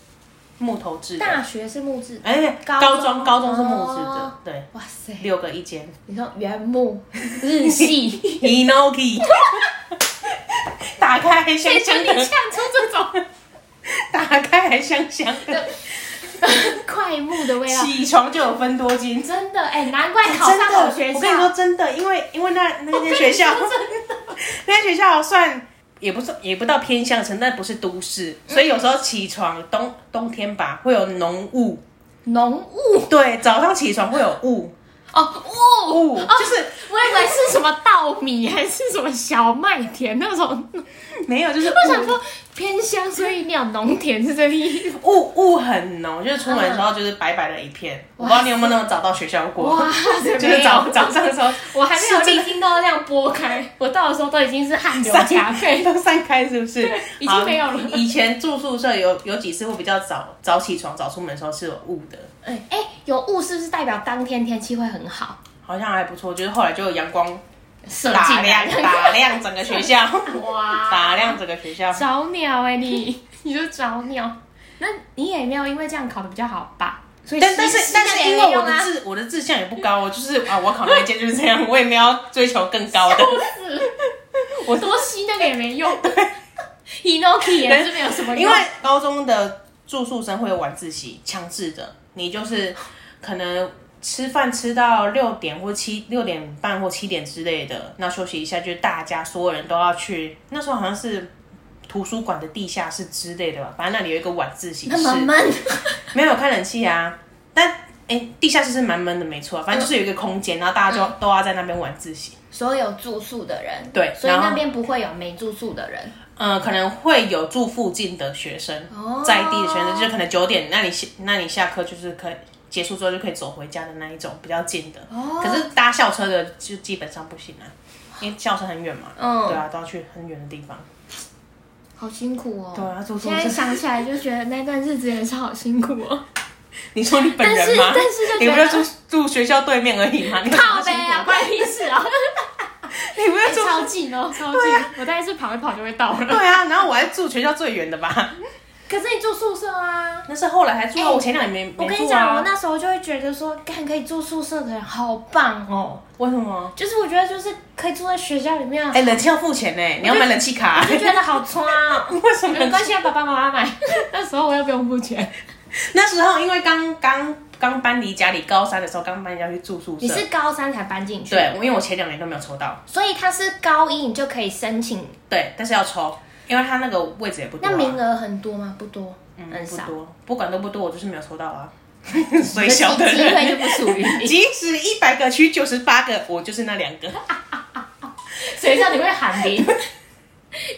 Speaker 1: 木头制的，
Speaker 2: 大学是木质，
Speaker 1: 哎、
Speaker 2: 高
Speaker 1: 高
Speaker 2: 中
Speaker 1: 中高中是木质的，
Speaker 2: 哦
Speaker 1: 对，
Speaker 2: 哇塞！
Speaker 1: 六个一间
Speaker 2: 你说原
Speaker 1: <laughs>
Speaker 2: 木日系，
Speaker 1: ，Inoki，打开还香
Speaker 2: 谁准
Speaker 1: 香
Speaker 2: 哎你呛
Speaker 1: 的，
Speaker 2: 出这种
Speaker 1: 打开还香香的，
Speaker 2: <laughs> 快木的味道？
Speaker 1: 起床就有分多金。
Speaker 2: 真的哎、难怪啊考
Speaker 1: 真
Speaker 2: 上
Speaker 1: 的，
Speaker 2: 好学校。
Speaker 1: 我跟你说真的，因为因为那那间
Speaker 2: 跟你
Speaker 1: 学校，
Speaker 2: 说真的，
Speaker 1: <laughs> 那间学校算也不是也不到偏向城，但不是都市，所以有时候起床冬冬天吧会有浓雾，
Speaker 2: 浓雾
Speaker 1: 对，早上起床会有雾
Speaker 2: 哦雾
Speaker 1: 雾，
Speaker 2: 哦
Speaker 1: 就是
Speaker 2: 我以为是什么稻米还是什么小麦田那种，
Speaker 1: 没有就是
Speaker 2: 我想
Speaker 1: 雾
Speaker 2: 说偏乡，所以你有农田是这个意思。
Speaker 1: 雾雾很浓，就是出门的时候就是白白的一
Speaker 2: 嗯
Speaker 1: 片。我不知道你有没有那么早到学校
Speaker 2: <laughs>
Speaker 1: 过，
Speaker 2: 这
Speaker 1: <laughs> 就
Speaker 2: 没
Speaker 1: 是
Speaker 2: 有
Speaker 1: 早早上的时
Speaker 2: <laughs>
Speaker 1: 候，
Speaker 2: 我还没有
Speaker 1: 是真
Speaker 2: 历
Speaker 1: 的
Speaker 2: 经到这样剥开，我到的时候都已经是汗流浃背。
Speaker 1: 都散开是不是？
Speaker 2: 已经没有了
Speaker 1: 好以前住宿舍有有几次会比较早早起床、早出门的时候是有雾的。
Speaker 2: 哎、哎有雾是不是代表当天天气会很好？
Speaker 1: 好像还不错，就是后来就有阳光
Speaker 2: 射
Speaker 1: 打
Speaker 2: 进 <laughs>
Speaker 1: 亮
Speaker 2: 来，
Speaker 1: 打亮整个学
Speaker 2: <laughs>
Speaker 1: 校， <laughs>
Speaker 2: 哇，
Speaker 1: 打亮整个学校。
Speaker 2: 找鸟哎、你， <laughs> 你就找鸟。那你也没有因为这样考的比较好吧？所以
Speaker 1: 但但
Speaker 2: 西
Speaker 1: 是
Speaker 2: 西
Speaker 1: 但
Speaker 2: 那
Speaker 1: 是
Speaker 2: 边
Speaker 1: 因
Speaker 2: 也没
Speaker 1: 为我
Speaker 2: 用
Speaker 1: 的
Speaker 2: 啊，
Speaker 1: 志我的志向也不高，我就是啊，我考那一届就是这样，我也没有要追求更高
Speaker 2: <laughs>
Speaker 1: 的。
Speaker 2: 我多吸那个也没 <laughs> 用。Inoki 也是没有什么用，
Speaker 1: 因为高中的住宿生会有晚自习，强制的，你就是可能吃饭吃到六点或七六点半或七点之类的，那休息一下，就大家所有人都要去。那时候好像是图书馆的地下室之类的吧，反正那里有一个晚自习室
Speaker 2: 那，么 <laughs> 闷，
Speaker 1: 没有开冷气啊。但哎、地下室是蛮闷的，没错啊，反正就是有一个空间，然后大家就、
Speaker 2: 嗯
Speaker 1: 都要在那边晚自习。
Speaker 2: 所有住宿的人，
Speaker 1: 对
Speaker 2: 所以
Speaker 1: 然后
Speaker 2: 那边不会有没住宿的人。
Speaker 1: 嗯，可能会有住附近的学生，
Speaker 2: 哦
Speaker 1: 在地的学生，就是可能九点，那你下那你下课就是可以结束之后就可以走回家的那一种比较近的。
Speaker 2: 哦
Speaker 1: 可是搭校车的就基本上不行啊，因为校车很远嘛。
Speaker 2: 嗯
Speaker 1: 对啊，都要去很远的地方。
Speaker 2: 好辛苦哦！
Speaker 1: 对啊住宿
Speaker 2: 现在
Speaker 1: 真的
Speaker 2: 想起来就觉得那段日子也是好辛苦 <laughs> 哦。
Speaker 1: 你说你本
Speaker 2: 但
Speaker 1: 人
Speaker 2: 是
Speaker 1: 吗？ <laughs>
Speaker 2: 但是就觉得
Speaker 1: 你不是住住学校对面而已吗？你有什么
Speaker 2: <laughs> 靠背啊，
Speaker 1: 辛苦
Speaker 2: 关屁事 <laughs> 啊！
Speaker 1: 你不是住
Speaker 2: 超近哦，超近，我大概是跑一跑就会到了。
Speaker 1: 对啊，然后我还住学校最远的
Speaker 2: <laughs>
Speaker 1: 吧？
Speaker 2: 可是你住宿舍啊。
Speaker 1: 那是后来还住啊，
Speaker 2: 哎
Speaker 1: 我前两年没
Speaker 2: 我
Speaker 1: 没
Speaker 2: 跟你
Speaker 1: 住
Speaker 2: 讲，我
Speaker 1: 啊。
Speaker 2: 那时候就会觉得说，干可以住宿舍的人好棒哦！
Speaker 1: 为什么？
Speaker 2: 就是我觉得就是可以住在学校里面，
Speaker 1: 哎，冷气要付钱呢，你要买冷气 <laughs> 卡。
Speaker 2: 就觉得好穿 <laughs> 哦。
Speaker 1: 为什么？
Speaker 2: 没关系啊，爸爸妈妈买。 <laughs> 那时候我又不用付钱。
Speaker 1: 那时候因为刚刚刚搬离家里，高三的时候刚搬家去住宿
Speaker 2: 你
Speaker 1: 舍。
Speaker 2: 是高三才搬进去，
Speaker 1: 对，因为我前两年都没有抽到，
Speaker 2: 所以他是高一你就可以申请。
Speaker 1: 对，但是要抽，因为他那个位置也不多、啊，
Speaker 2: 那名额很多吗？不多，很
Speaker 1: 嗯不
Speaker 2: 少。
Speaker 1: 多，不管多不多，我就是没有抽到
Speaker 2: <laughs>
Speaker 1: 啊。所以小的
Speaker 2: 机会就
Speaker 1: 人，
Speaker 2: 不属于你。啊
Speaker 1: 即使一百个取九十八个，我就是那两个。
Speaker 2: 谁叫你会喊铃？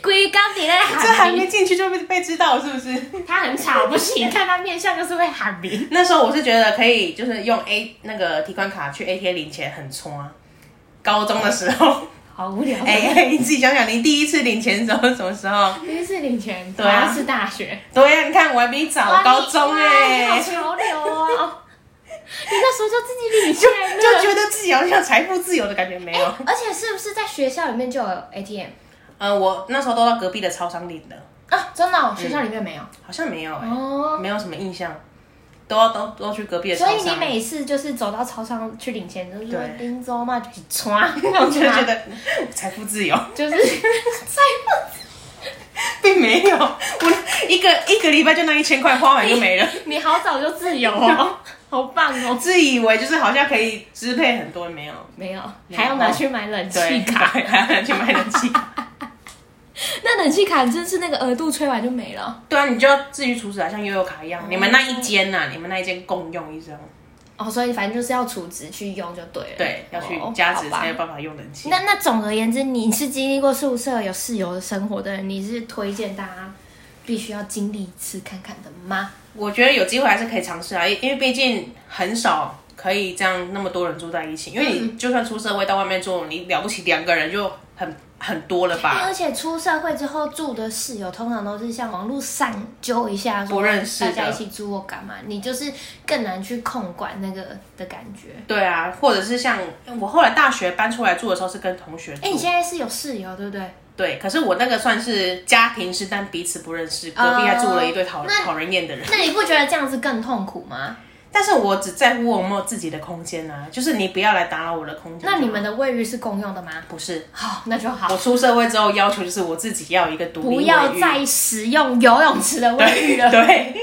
Speaker 2: 龟缸你在
Speaker 1: <laughs> 这还
Speaker 2: 喊
Speaker 1: 没
Speaker 2: 铃，
Speaker 1: 进去就被被知道是不是？ <laughs>
Speaker 2: 他很吵，不行，看他面相就是会喊铃。
Speaker 1: 那时候我是觉得可以，就是用 A 那个提款卡去 ATM 领钱很冲啊。高中的时候， <laughs>
Speaker 2: 好无聊。 <laughs>
Speaker 1: 哎、你自己想想，你第一次领钱的时候是什么时候？
Speaker 2: 第一次领钱，
Speaker 1: 对啊
Speaker 2: 好像是大学，
Speaker 1: 对呀、你看我还比你早高中哎、
Speaker 2: 哇你好潮流哦。你那时候就自己领钱了，
Speaker 1: <laughs> 就觉得自己好像财富自由的感觉没有。
Speaker 2: 哎而且是不是在学校里面就有 ATM
Speaker 1: 呃，我那时候都到隔壁的超商领的，
Speaker 2: 啊？真的哦，学校里面没有
Speaker 1: 好像没有哎、
Speaker 2: 哦。
Speaker 1: 没有什么印象，都要都都去隔壁的超
Speaker 2: 所以
Speaker 1: 商。
Speaker 2: 你每次就是走到超商去领钱，就是说
Speaker 1: 对
Speaker 2: 拎走嘛，就是穿， <laughs>
Speaker 1: 我就觉得财富自由，
Speaker 2: 就是财富
Speaker 1: <laughs> 并没有，我一个一个礼拜就那一千块花完就没了。
Speaker 2: <laughs> 你好早就自由哦， <laughs> 好棒哦！
Speaker 1: 自以为就是好像可以支配很多，没有，
Speaker 2: 没有，还要拿去买冷
Speaker 1: 对，
Speaker 2: 气卡。
Speaker 1: 还还要去买冷
Speaker 2: <laughs>
Speaker 1: 气。
Speaker 2: 那冷气卡真是那个额度吹完就没了。
Speaker 1: 对啊，你就要至于处置啊，像悠悠卡一样，你们那一间呐、你们那一间共用一张，
Speaker 2: 哦，所以反正就是要储值去用就对了。
Speaker 1: 对，要去
Speaker 2: 哦
Speaker 1: 加值
Speaker 2: 好吧
Speaker 1: 才有办法用冷气。
Speaker 2: 那那总而言之，你是经历过宿舍有室友的生活的人，你是推荐大家必须要经历一次看看的吗？
Speaker 1: 我觉得有机会还是可以尝试啊，因因为毕竟很少可以这样那么多人住在一起，因为
Speaker 2: 嗯
Speaker 1: 你就算出社会到外面住，你了不起两个人就很很多了吧？
Speaker 2: 而且出社会之后住的室友，通常都是像网络上揪一下，说
Speaker 1: 不认识
Speaker 2: 大
Speaker 1: 的
Speaker 2: 家一起住或干嘛，你就是更难去控管那个的感觉。
Speaker 1: 对啊，或者是像我后来大学搬出来住的时候是跟同学住，
Speaker 2: 哎、你现在是有室友对不对？
Speaker 1: 对，可是我那个算是家庭式，但彼此不认识，隔壁还住了一对讨
Speaker 2: 哦啊那
Speaker 1: 讨人厌的人。
Speaker 2: 那你不觉得这样子更痛苦吗？
Speaker 1: 但是我只在乎我有没有自己的空间啊，就是你不要来打扰我的空间。
Speaker 2: 那你们的卫浴是共用的吗？
Speaker 1: 不是？
Speaker 2: 好，那就好
Speaker 1: 我，出社会之后要求就是我自己要有一个独立
Speaker 2: 不
Speaker 1: 卫
Speaker 2: 要
Speaker 1: 浴
Speaker 2: 再使用游泳池的 <laughs> 卫浴
Speaker 1: 对
Speaker 2: 了，
Speaker 1: 对，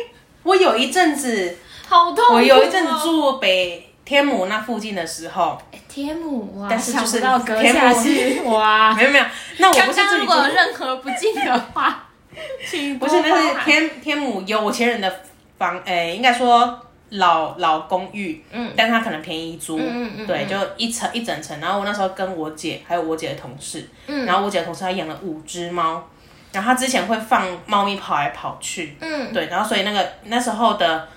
Speaker 1: 我有一阵子，
Speaker 2: 好痛苦、哦。
Speaker 1: 我有一阵子住北天母那附近的时候，
Speaker 2: 哎天母哇，
Speaker 1: 但是就是
Speaker 2: 想不到隔下去哇。
Speaker 1: 没有没有，那我
Speaker 2: 刚
Speaker 1: 不是
Speaker 2: 刚
Speaker 1: 自
Speaker 2: 如
Speaker 1: 己
Speaker 2: 果有
Speaker 1: 住，
Speaker 2: 任何不敬的话，
Speaker 1: <laughs>
Speaker 2: 请
Speaker 1: 不是那是
Speaker 2: 天
Speaker 1: 天天母有钱人的房，诶、应该说老老公寓，嗯，但他可能便宜租，
Speaker 2: 嗯嗯嗯
Speaker 1: 对，就一层一整层。然后我那时候跟我姐还有我姐的同事，
Speaker 2: 嗯
Speaker 1: 然后我姐的同事她养了五只猫，然后她之前会放猫咪跑来跑去，
Speaker 2: 嗯
Speaker 1: 对，然后所以那个那时候的，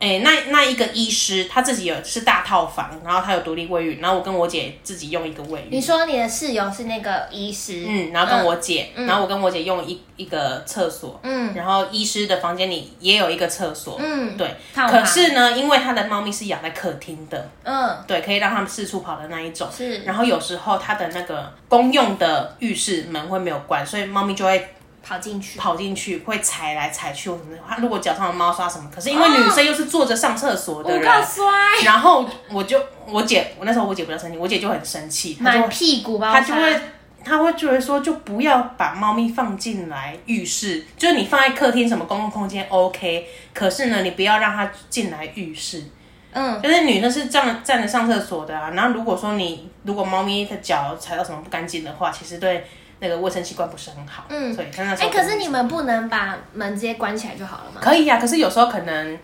Speaker 1: 诶，那那一个医师他自己有是大套房，然后他有独立卫浴，然后我跟我姐自己用一个卫
Speaker 2: 你
Speaker 1: 浴，
Speaker 2: 说你的室友是那个医师，
Speaker 1: 嗯，然后跟我姐，然后我跟我姐用一一个厕所，
Speaker 2: 嗯
Speaker 1: 然后医师的房间里也有一个厕所，
Speaker 2: 嗯
Speaker 1: 对，
Speaker 2: 套
Speaker 1: 可
Speaker 2: 房
Speaker 1: 是呢，因为他的猫咪是养在客厅的，
Speaker 2: 嗯
Speaker 1: 对，可以让他们四处跑的那一种。
Speaker 2: 是
Speaker 1: 然后有时候它的那个公用的浴室门会没有关，所以猫咪就会
Speaker 2: 跑进去，
Speaker 1: 跑进去，会踩来踩去。它如果脚上有猫砂什么，可是因为女生又是坐着上厕所的
Speaker 2: 五
Speaker 1: 人，
Speaker 2: 个摔，
Speaker 1: 然后我就我姐，我那时候我姐比较生气，我姐就很生气，她就
Speaker 2: 满
Speaker 1: 会
Speaker 2: 屁股吧，
Speaker 1: 她就会。她会觉得说，就不要把猫咪放进来浴室，就是你放在客厅什么公共空间 OK，可是呢，你不要让它进来浴室。
Speaker 2: 嗯
Speaker 1: 就是女生是站站着上厕所的啊，然后如果说你如果猫咪的脚踩到什么不干净的话，其实对那个卫生习惯不是很好。
Speaker 2: 嗯
Speaker 1: 所以他那时
Speaker 2: 哎、
Speaker 1: 候
Speaker 2: 可是你们不能把门直接关起来就好了吗？
Speaker 1: 可以啊，可是有时候可能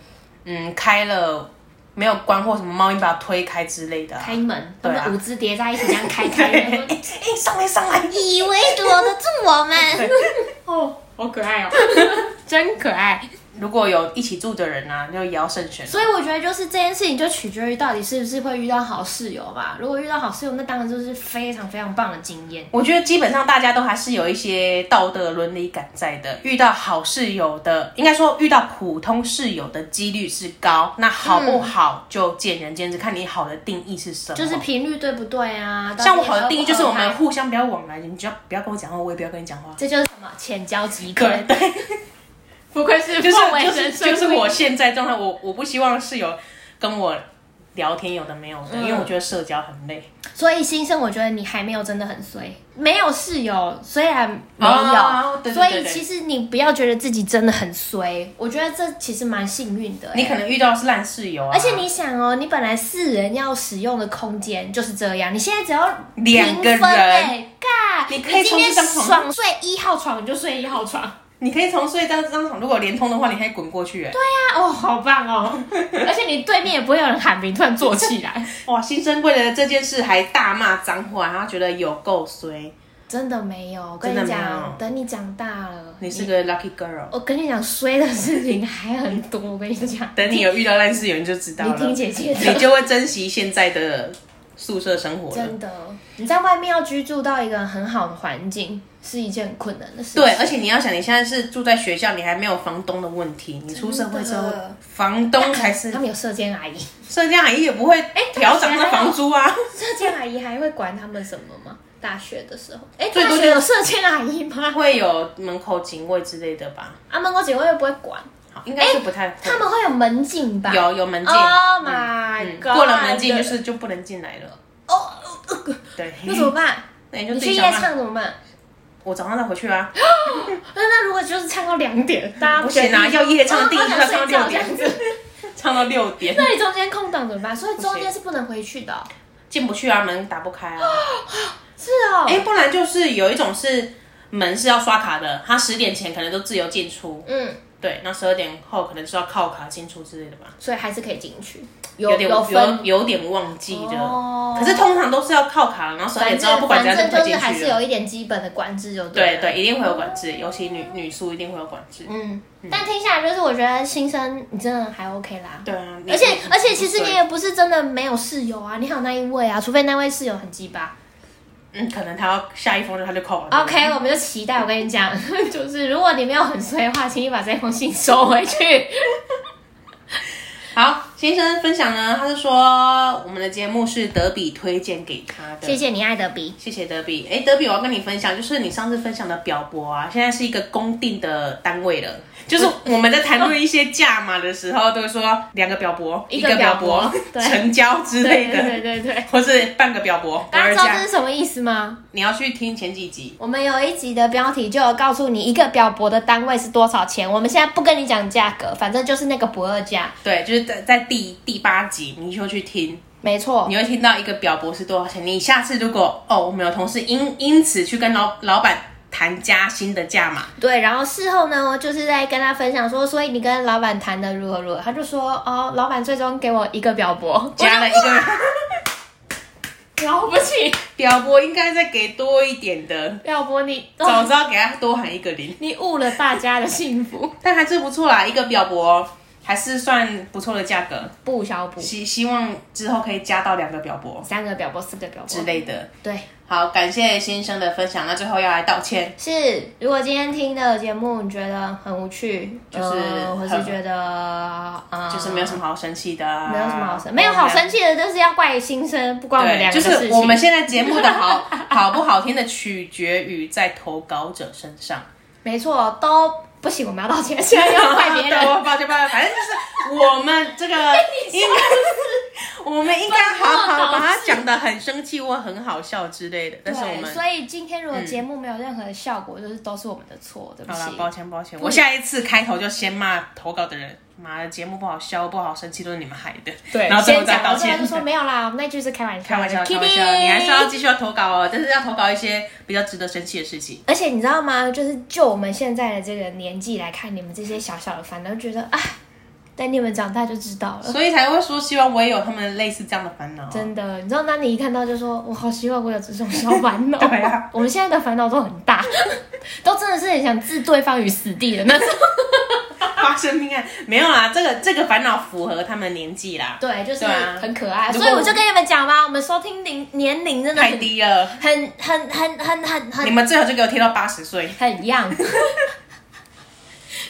Speaker 1: 嗯开了没有关或什么猫咪把它推开之类的、啊，
Speaker 2: 开门，他
Speaker 1: 对啊
Speaker 2: 们五只叠在一起这样开开
Speaker 1: 对，
Speaker 2: 门，
Speaker 1: 哎、上来上来，
Speaker 2: <laughs> 以为躲得住
Speaker 1: <laughs>
Speaker 2: 我们？哦，好可 <laughs> 爱哦，真可爱。
Speaker 1: 如果有一起住的人啊，就也要慎选。
Speaker 2: 所以我觉得就是这件事情就取决于到底是不是会遇到好室友吧。如果遇到好室友，那当然就是非常非常棒的经验。
Speaker 1: 我觉得基本上大家都还是有一些道德伦理感在的。遇到好室友的，应该说遇到普通室友的几率是高。那好不好就见仁见智，看你好的定义是什么。
Speaker 2: 就是频率对不对啊？
Speaker 1: 哦像我
Speaker 2: 到底
Speaker 1: 好的定义就是我
Speaker 2: 合
Speaker 1: 们
Speaker 2: 不合拍，
Speaker 1: 互相不要往来，你只要不要跟我讲话，我也不要跟你讲话。
Speaker 2: 这就是什么浅交即可。
Speaker 1: 对对，
Speaker 2: <laughs> 不愧
Speaker 1: <laughs>
Speaker 2: 是
Speaker 1: 就是
Speaker 2: 奉为
Speaker 1: 就是
Speaker 2: 神圣
Speaker 1: 就是我现在状态，我我不希望室友跟我聊天有的没有的，
Speaker 2: 嗯
Speaker 1: 因为我觉得社交很累。
Speaker 2: 所以新生，我觉得你还没有真的很衰，没有室友，虽然没有，
Speaker 1: 哦对对对对
Speaker 2: 所以其实你不要觉得自己真的很衰，我觉得这其实蛮幸运的欸、
Speaker 1: 你可能遇到的是烂室友啊，
Speaker 2: 而且你想哦，你本来四人要使用的空间就是这样，你现在只要
Speaker 1: 两个人
Speaker 2: 平分欸，嘎，
Speaker 1: 你可以
Speaker 2: 今
Speaker 1: 从这
Speaker 2: 天
Speaker 1: 张床
Speaker 2: 爽睡一号床，你就睡一号床。啊对
Speaker 1: 你可以从睡到张床，如果连通的话，你可以滚过去、欸。
Speaker 2: 啊，哦，好棒 <laughs> 哦！而且你对面也不会有人喊名，突然坐起来，
Speaker 1: 哇，新生为了这件事还大骂脏话，他觉得有够衰。
Speaker 2: 真的没有。我跟
Speaker 1: 真
Speaker 2: 你
Speaker 1: 的没有
Speaker 2: 讲，等你长大了，
Speaker 1: 你是个 lucky girl，
Speaker 2: 我跟你讲，衰的事情还很多。我跟你讲，
Speaker 1: 等你有遇到烂事友你就知道
Speaker 2: 你听
Speaker 1: 了，
Speaker 2: 姐姐
Speaker 1: 你
Speaker 2: 的，
Speaker 1: 就会珍惜现在的宿舍生活了。
Speaker 2: 真的，你在外面要居住到一个很好的环境，是一件很困难的事情。
Speaker 1: 对，而且你要想，你现在是住在学校，你还没有房东的问题。你出社会之后
Speaker 2: 真的，
Speaker 1: 房东才
Speaker 2: <laughs>
Speaker 1: 是
Speaker 2: 他们有射箭阿姨，
Speaker 1: 社交阿姨也不会哎调涨那房租啊。
Speaker 2: 射箭阿姨还会管他们什么吗？大学的时候，哎、
Speaker 1: 最
Speaker 2: 大
Speaker 1: 多
Speaker 2: 学
Speaker 1: 就
Speaker 2: 有射箭阿姨吗？ <laughs>
Speaker 1: 会有门口警卫之类的吧？
Speaker 2: 啊，门口警卫又不会管，
Speaker 1: 好，应该是不太会
Speaker 2: 他。们会有门禁吧？
Speaker 1: 有有门禁
Speaker 2: Oh my
Speaker 1: 嗯
Speaker 2: god！
Speaker 1: 过了门禁就是就不能进来了。
Speaker 2: 哦，呃呃
Speaker 1: 对，
Speaker 2: 那怎么办？
Speaker 1: 那你就
Speaker 2: 你
Speaker 1: 自
Speaker 2: 去
Speaker 1: 己
Speaker 2: 夜
Speaker 1: 想办法。
Speaker 2: 唱怎么办？
Speaker 1: 我早上再回去啊，
Speaker 2: 那那如果就是唱到两点，大家
Speaker 1: 不行啊，
Speaker 2: 决定
Speaker 1: 要夜唱，第一
Speaker 2: 哦好
Speaker 1: 要
Speaker 2: 想
Speaker 1: 唱到
Speaker 2: 睡
Speaker 1: 六
Speaker 2: 觉这样
Speaker 1: 点，
Speaker 2: 子。
Speaker 1: 唱到六点
Speaker 2: <laughs> 那你中间空档怎么办？所以中
Speaker 1: 不
Speaker 2: 间
Speaker 1: 行
Speaker 2: 是不能回去的哦、
Speaker 1: 进不去啊，门打不开啊。
Speaker 2: 是哦，
Speaker 1: 哎、不然就是有一种是门是要刷卡的，他十点前可能都自由进出，
Speaker 2: 嗯，
Speaker 1: 对，那十二点后可能是要靠卡进出之类的吧。
Speaker 2: 所以还是可以进去，
Speaker 1: 有
Speaker 2: 有
Speaker 1: 点
Speaker 2: 有分
Speaker 1: 有有点忘记了，
Speaker 2: 哦
Speaker 1: 可是通常都是要靠卡，然后十二
Speaker 2: 反
Speaker 1: 点之后
Speaker 2: 正
Speaker 1: 不管
Speaker 2: 反
Speaker 1: 怎样
Speaker 2: 正
Speaker 1: 都可
Speaker 2: 就
Speaker 1: 以
Speaker 2: 是
Speaker 1: 进
Speaker 2: 还
Speaker 1: 去
Speaker 2: 是
Speaker 1: 了。
Speaker 2: 有一点基本的管制就
Speaker 1: 对
Speaker 2: 了
Speaker 1: 对，一定会有管制，尤其女女宿一定会有管制。
Speaker 2: 嗯，但听下来就是我觉得新生你真的还 OK 啦。
Speaker 1: 对啊，你
Speaker 2: 而且而且，其实你
Speaker 1: 对
Speaker 2: 也不是真的没有室友啊，你还有那一位啊，除非那位室友很鸡巴。
Speaker 1: 嗯，可能他要下一封他就扣完了。
Speaker 2: OK，我们就期待。我跟你讲， <laughs> 就是如果你没有很衰的话，请你把这封信收回去。
Speaker 1: 好，先生分享呢，他是说我们的节目是德比推荐给他的，
Speaker 2: 谢谢你，爱德
Speaker 1: <laughs>
Speaker 2: 比。
Speaker 1: 谢谢德比。哎，德比，我要跟你分享，就是你上次分享的表博啊，现在是一个公定的单位了。就是我们在谈论一些价码的时候，都会说两个表博，
Speaker 2: 一
Speaker 1: 一
Speaker 2: 个
Speaker 1: 个表
Speaker 2: 表
Speaker 1: 博
Speaker 2: 博，对
Speaker 1: 成交之类
Speaker 2: 对
Speaker 1: 的，
Speaker 2: 对对对对。
Speaker 1: 或是半个表博不
Speaker 2: 大家
Speaker 1: 二
Speaker 2: 知道这
Speaker 1: 价。
Speaker 2: 是什么意思吗？
Speaker 1: 你要去听前几集，
Speaker 2: 我们有一集的标题就有告诉你一个表博的单位是多少钱。我们现在不跟你讲价格，反正就是那个不二价，
Speaker 1: 对，就是在在第第八集，你就去听，
Speaker 2: 没错。
Speaker 1: 你会听到一个表博是多少钱。你下次如果哦，我们有同事因因此去跟老老板谈加薪的价码，
Speaker 2: 对，然后事后呢，就是在跟他分享说，所以你跟老板谈的如何如何，他就说哦，老板最终给我一个表博，
Speaker 1: 加了一个
Speaker 2: 了不起，
Speaker 1: 表博，应该再给多一点的，
Speaker 2: 表博你
Speaker 1: 早
Speaker 2: 哦
Speaker 1: 知道给他多喊一个零，
Speaker 2: <laughs> 你误了大家的幸福，
Speaker 1: 但还是不错啦，一个表博哦还是算不错的价格，
Speaker 2: 不小补，
Speaker 1: 希希望之后可以加到两个表博
Speaker 2: 三个表博，四个表博
Speaker 1: 之，类的。
Speaker 2: 对，
Speaker 1: 好，感谢先生的分享，那最后要来道歉。
Speaker 2: 是。如果今天听的节目你觉得很无趣，
Speaker 1: 就是
Speaker 2: 呃、或是
Speaker 1: 很
Speaker 2: 觉得呃，
Speaker 1: 就是没有什么好生气的啊、
Speaker 2: 嗯没有什么好生，没有好生气的，就是要怪新生，不关我们
Speaker 1: 对，
Speaker 2: 两
Speaker 1: 就
Speaker 2: 个的事情。
Speaker 1: 是我们现在节目的好 <laughs> 好不好听的，取决于在投稿者身上。
Speaker 2: 没错，都 <laughs> 不行，我们要
Speaker 1: <laughs>
Speaker 2: 道歉，现在要怪别人
Speaker 1: 对。我抱歉抱歉，反正就是我们
Speaker 2: <laughs>
Speaker 1: 这个应该，我们应该好好把它讲的很生气或很好笑之类的，但是我
Speaker 2: 对，
Speaker 1: 们。嗯
Speaker 2: 所以今天如果节目没有任何的效果，就是都是我们的错，对不
Speaker 1: 好了，
Speaker 2: 起。
Speaker 1: 抱歉抱歉，我下一次开头就先骂投稿的人，妈的节目不好笑不好生气都是你们害的，
Speaker 2: 对，
Speaker 1: 然后最后
Speaker 2: 先
Speaker 1: 再
Speaker 2: 讲
Speaker 1: 道
Speaker 2: 完之后
Speaker 1: 歉
Speaker 2: 就，说没有啦，我们那句是开玩笑的，
Speaker 1: 开玩笑开玩
Speaker 2: kidding
Speaker 1: 笑，你还是要继续要投稿哦，但是要投稿一些比较值得生气的事情。
Speaker 2: 而且你知道吗？就是就我们现在的这个年纪来看，你们这些小小的烦恼，觉得啊，等你们长大就知道了。
Speaker 1: 所以才会说，希望我也有他们类似这样的烦恼。
Speaker 2: 真的，你知道，那你一看到就说，我好希望我有这种小烦恼。
Speaker 1: <laughs> 对啊
Speaker 2: 我们现在的烦恼都很大， <laughs> 都真的是很想置对方于死地的那种。
Speaker 1: <laughs> 发生命案没有啦，这个这个烦恼符合他们年纪啦，
Speaker 2: 对，就是
Speaker 1: <laughs> 对啊
Speaker 2: 很可爱。
Speaker 1: 如果
Speaker 2: 所以我就跟你们讲吧，我们收听龄年龄真的
Speaker 1: 太
Speaker 2: 很
Speaker 1: 低了。
Speaker 2: 很很很很很
Speaker 1: 你
Speaker 2: 很
Speaker 1: 们最好就给我贴到八十岁，
Speaker 2: 很一样。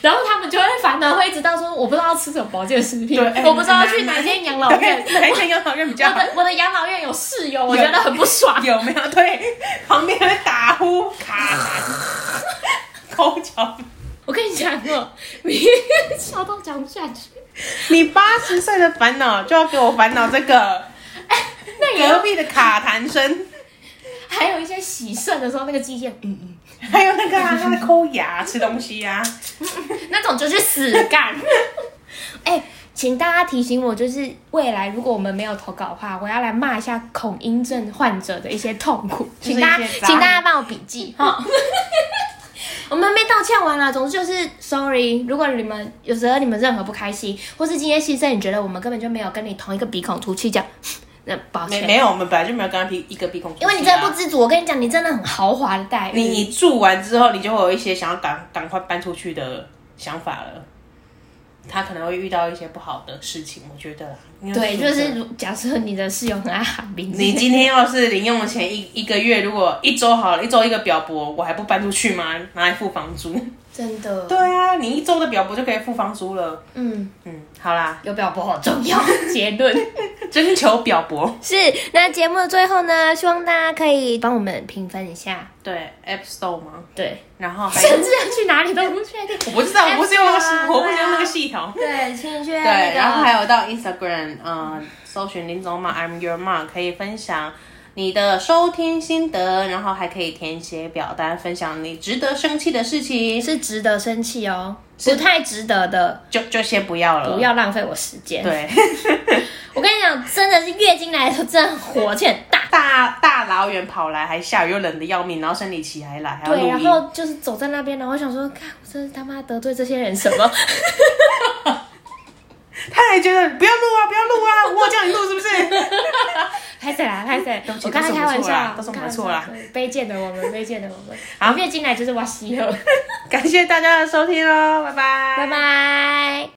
Speaker 2: 然后他们就会烦恼，会一直到说我不知道要吃什么保健食品，
Speaker 1: 对哎
Speaker 2: 我不知道去哪间养老
Speaker 1: <laughs>
Speaker 2: 院。
Speaker 1: 对哪一间养老院比较
Speaker 2: 我
Speaker 1: 好？
Speaker 2: 的我的养老院有室友，我觉得很不
Speaker 1: <laughs>
Speaker 2: 爽。
Speaker 1: 有没有？对，旁边会打呼、 <laughs> 卡、抠脚。
Speaker 2: 我跟你讲哦，你笑到讲不下去。
Speaker 1: 你八十岁的烦恼就要给我烦恼这个
Speaker 2: 哎那也
Speaker 1: 隔
Speaker 2: 有
Speaker 1: 壁的卡痰声，
Speaker 2: 还有一些喜肾的时候，那个肌腱，嗯，
Speaker 1: 还有那个啊，他在抠牙、吃东西啊。
Speaker 2: 那种就去死干。 <laughs> 哎、请大家提醒我，就是未来如果我们没有投稿的话，我要来骂一下恐音症患者的一些痛苦，
Speaker 1: 就是
Speaker 2: 请大家
Speaker 1: 一些杂
Speaker 2: 请大家帮我笔记
Speaker 1: <laughs>
Speaker 2: 哈。我们没道歉完了，总之就是 sorry。如果你们有时候你们任何不开心，或是今天牺牲，你觉得我们根本就没有跟你同一个鼻孔出气讲，那抱
Speaker 1: 没
Speaker 2: 歉，
Speaker 1: 没有，我们本来就没有跟他鼻一个鼻孔出气
Speaker 2: 因
Speaker 1: 啊，
Speaker 2: 为你真的不知足。我跟你讲，你真的很豪华的待遇。
Speaker 1: 你你住完之后，你就会有一些想要赶赶快搬出去的想法了。他可能会遇到一些不好的事情，我觉得啦。因为
Speaker 2: 对，
Speaker 1: 宿
Speaker 2: 就
Speaker 1: 舍
Speaker 2: 是如假设你的室友很爱喊名字，
Speaker 1: 你今天要是零用钱一 <laughs> 一个月，如果一周好了，一周一个表博，我还不搬出去吗？拿来付房租？
Speaker 2: 真的，
Speaker 1: <laughs> 对啊，你一周的表博就可以付房租了。
Speaker 2: 嗯，
Speaker 1: 嗯，好啦，
Speaker 2: 有表伯好重要。结论
Speaker 1: 征求表博。
Speaker 2: <laughs> 是，那节目的最后呢，希望大家可以帮我们评分一下，
Speaker 1: 对，App Store 吗？
Speaker 2: 对，
Speaker 1: 然后还有
Speaker 2: 甚至要去哪里都不确定。
Speaker 1: <laughs> 我不知道，我不是用那个系
Speaker 2: App，Store 啊
Speaker 1: 我不是用那个系统。
Speaker 2: 对，欠缺
Speaker 1: 对，然后还
Speaker 2: 有
Speaker 1: 呃有到 Instagram，嗯、搜寻林总马 I'm Your Mom 可以分享你的收听心得，然后还可以填写表单，分享你值得生气的事情，
Speaker 2: 是值得生气哦，不太值得的，
Speaker 1: 就就先不要了。
Speaker 2: 不要浪费我时间。
Speaker 1: 对， <laughs>
Speaker 2: 我跟你讲，真的是月经来的时候，真的火气很大。
Speaker 1: 大大老远跑来，还下雨又冷的要命，然后生理期还来，还要录
Speaker 2: 对，然
Speaker 1: 音。
Speaker 2: 后就是走在那边，然后我想说，看我真是他妈得罪这些人什么？
Speaker 1: 他还觉得不要录啊，不要录啊，我有叫你录是不是？ <laughs>
Speaker 2: 拍谁啦？拍谁？
Speaker 1: 起
Speaker 2: 我刚才开玩笑，
Speaker 1: 哎都是我们的
Speaker 2: 开
Speaker 1: 错
Speaker 2: 玩
Speaker 1: 啦
Speaker 2: 笑，卑贱的我们，卑贱的我们。
Speaker 1: 好
Speaker 2: 月经来就是哇西了，
Speaker 1: 感谢大家的收听喽，拜拜，
Speaker 2: 拜。拜。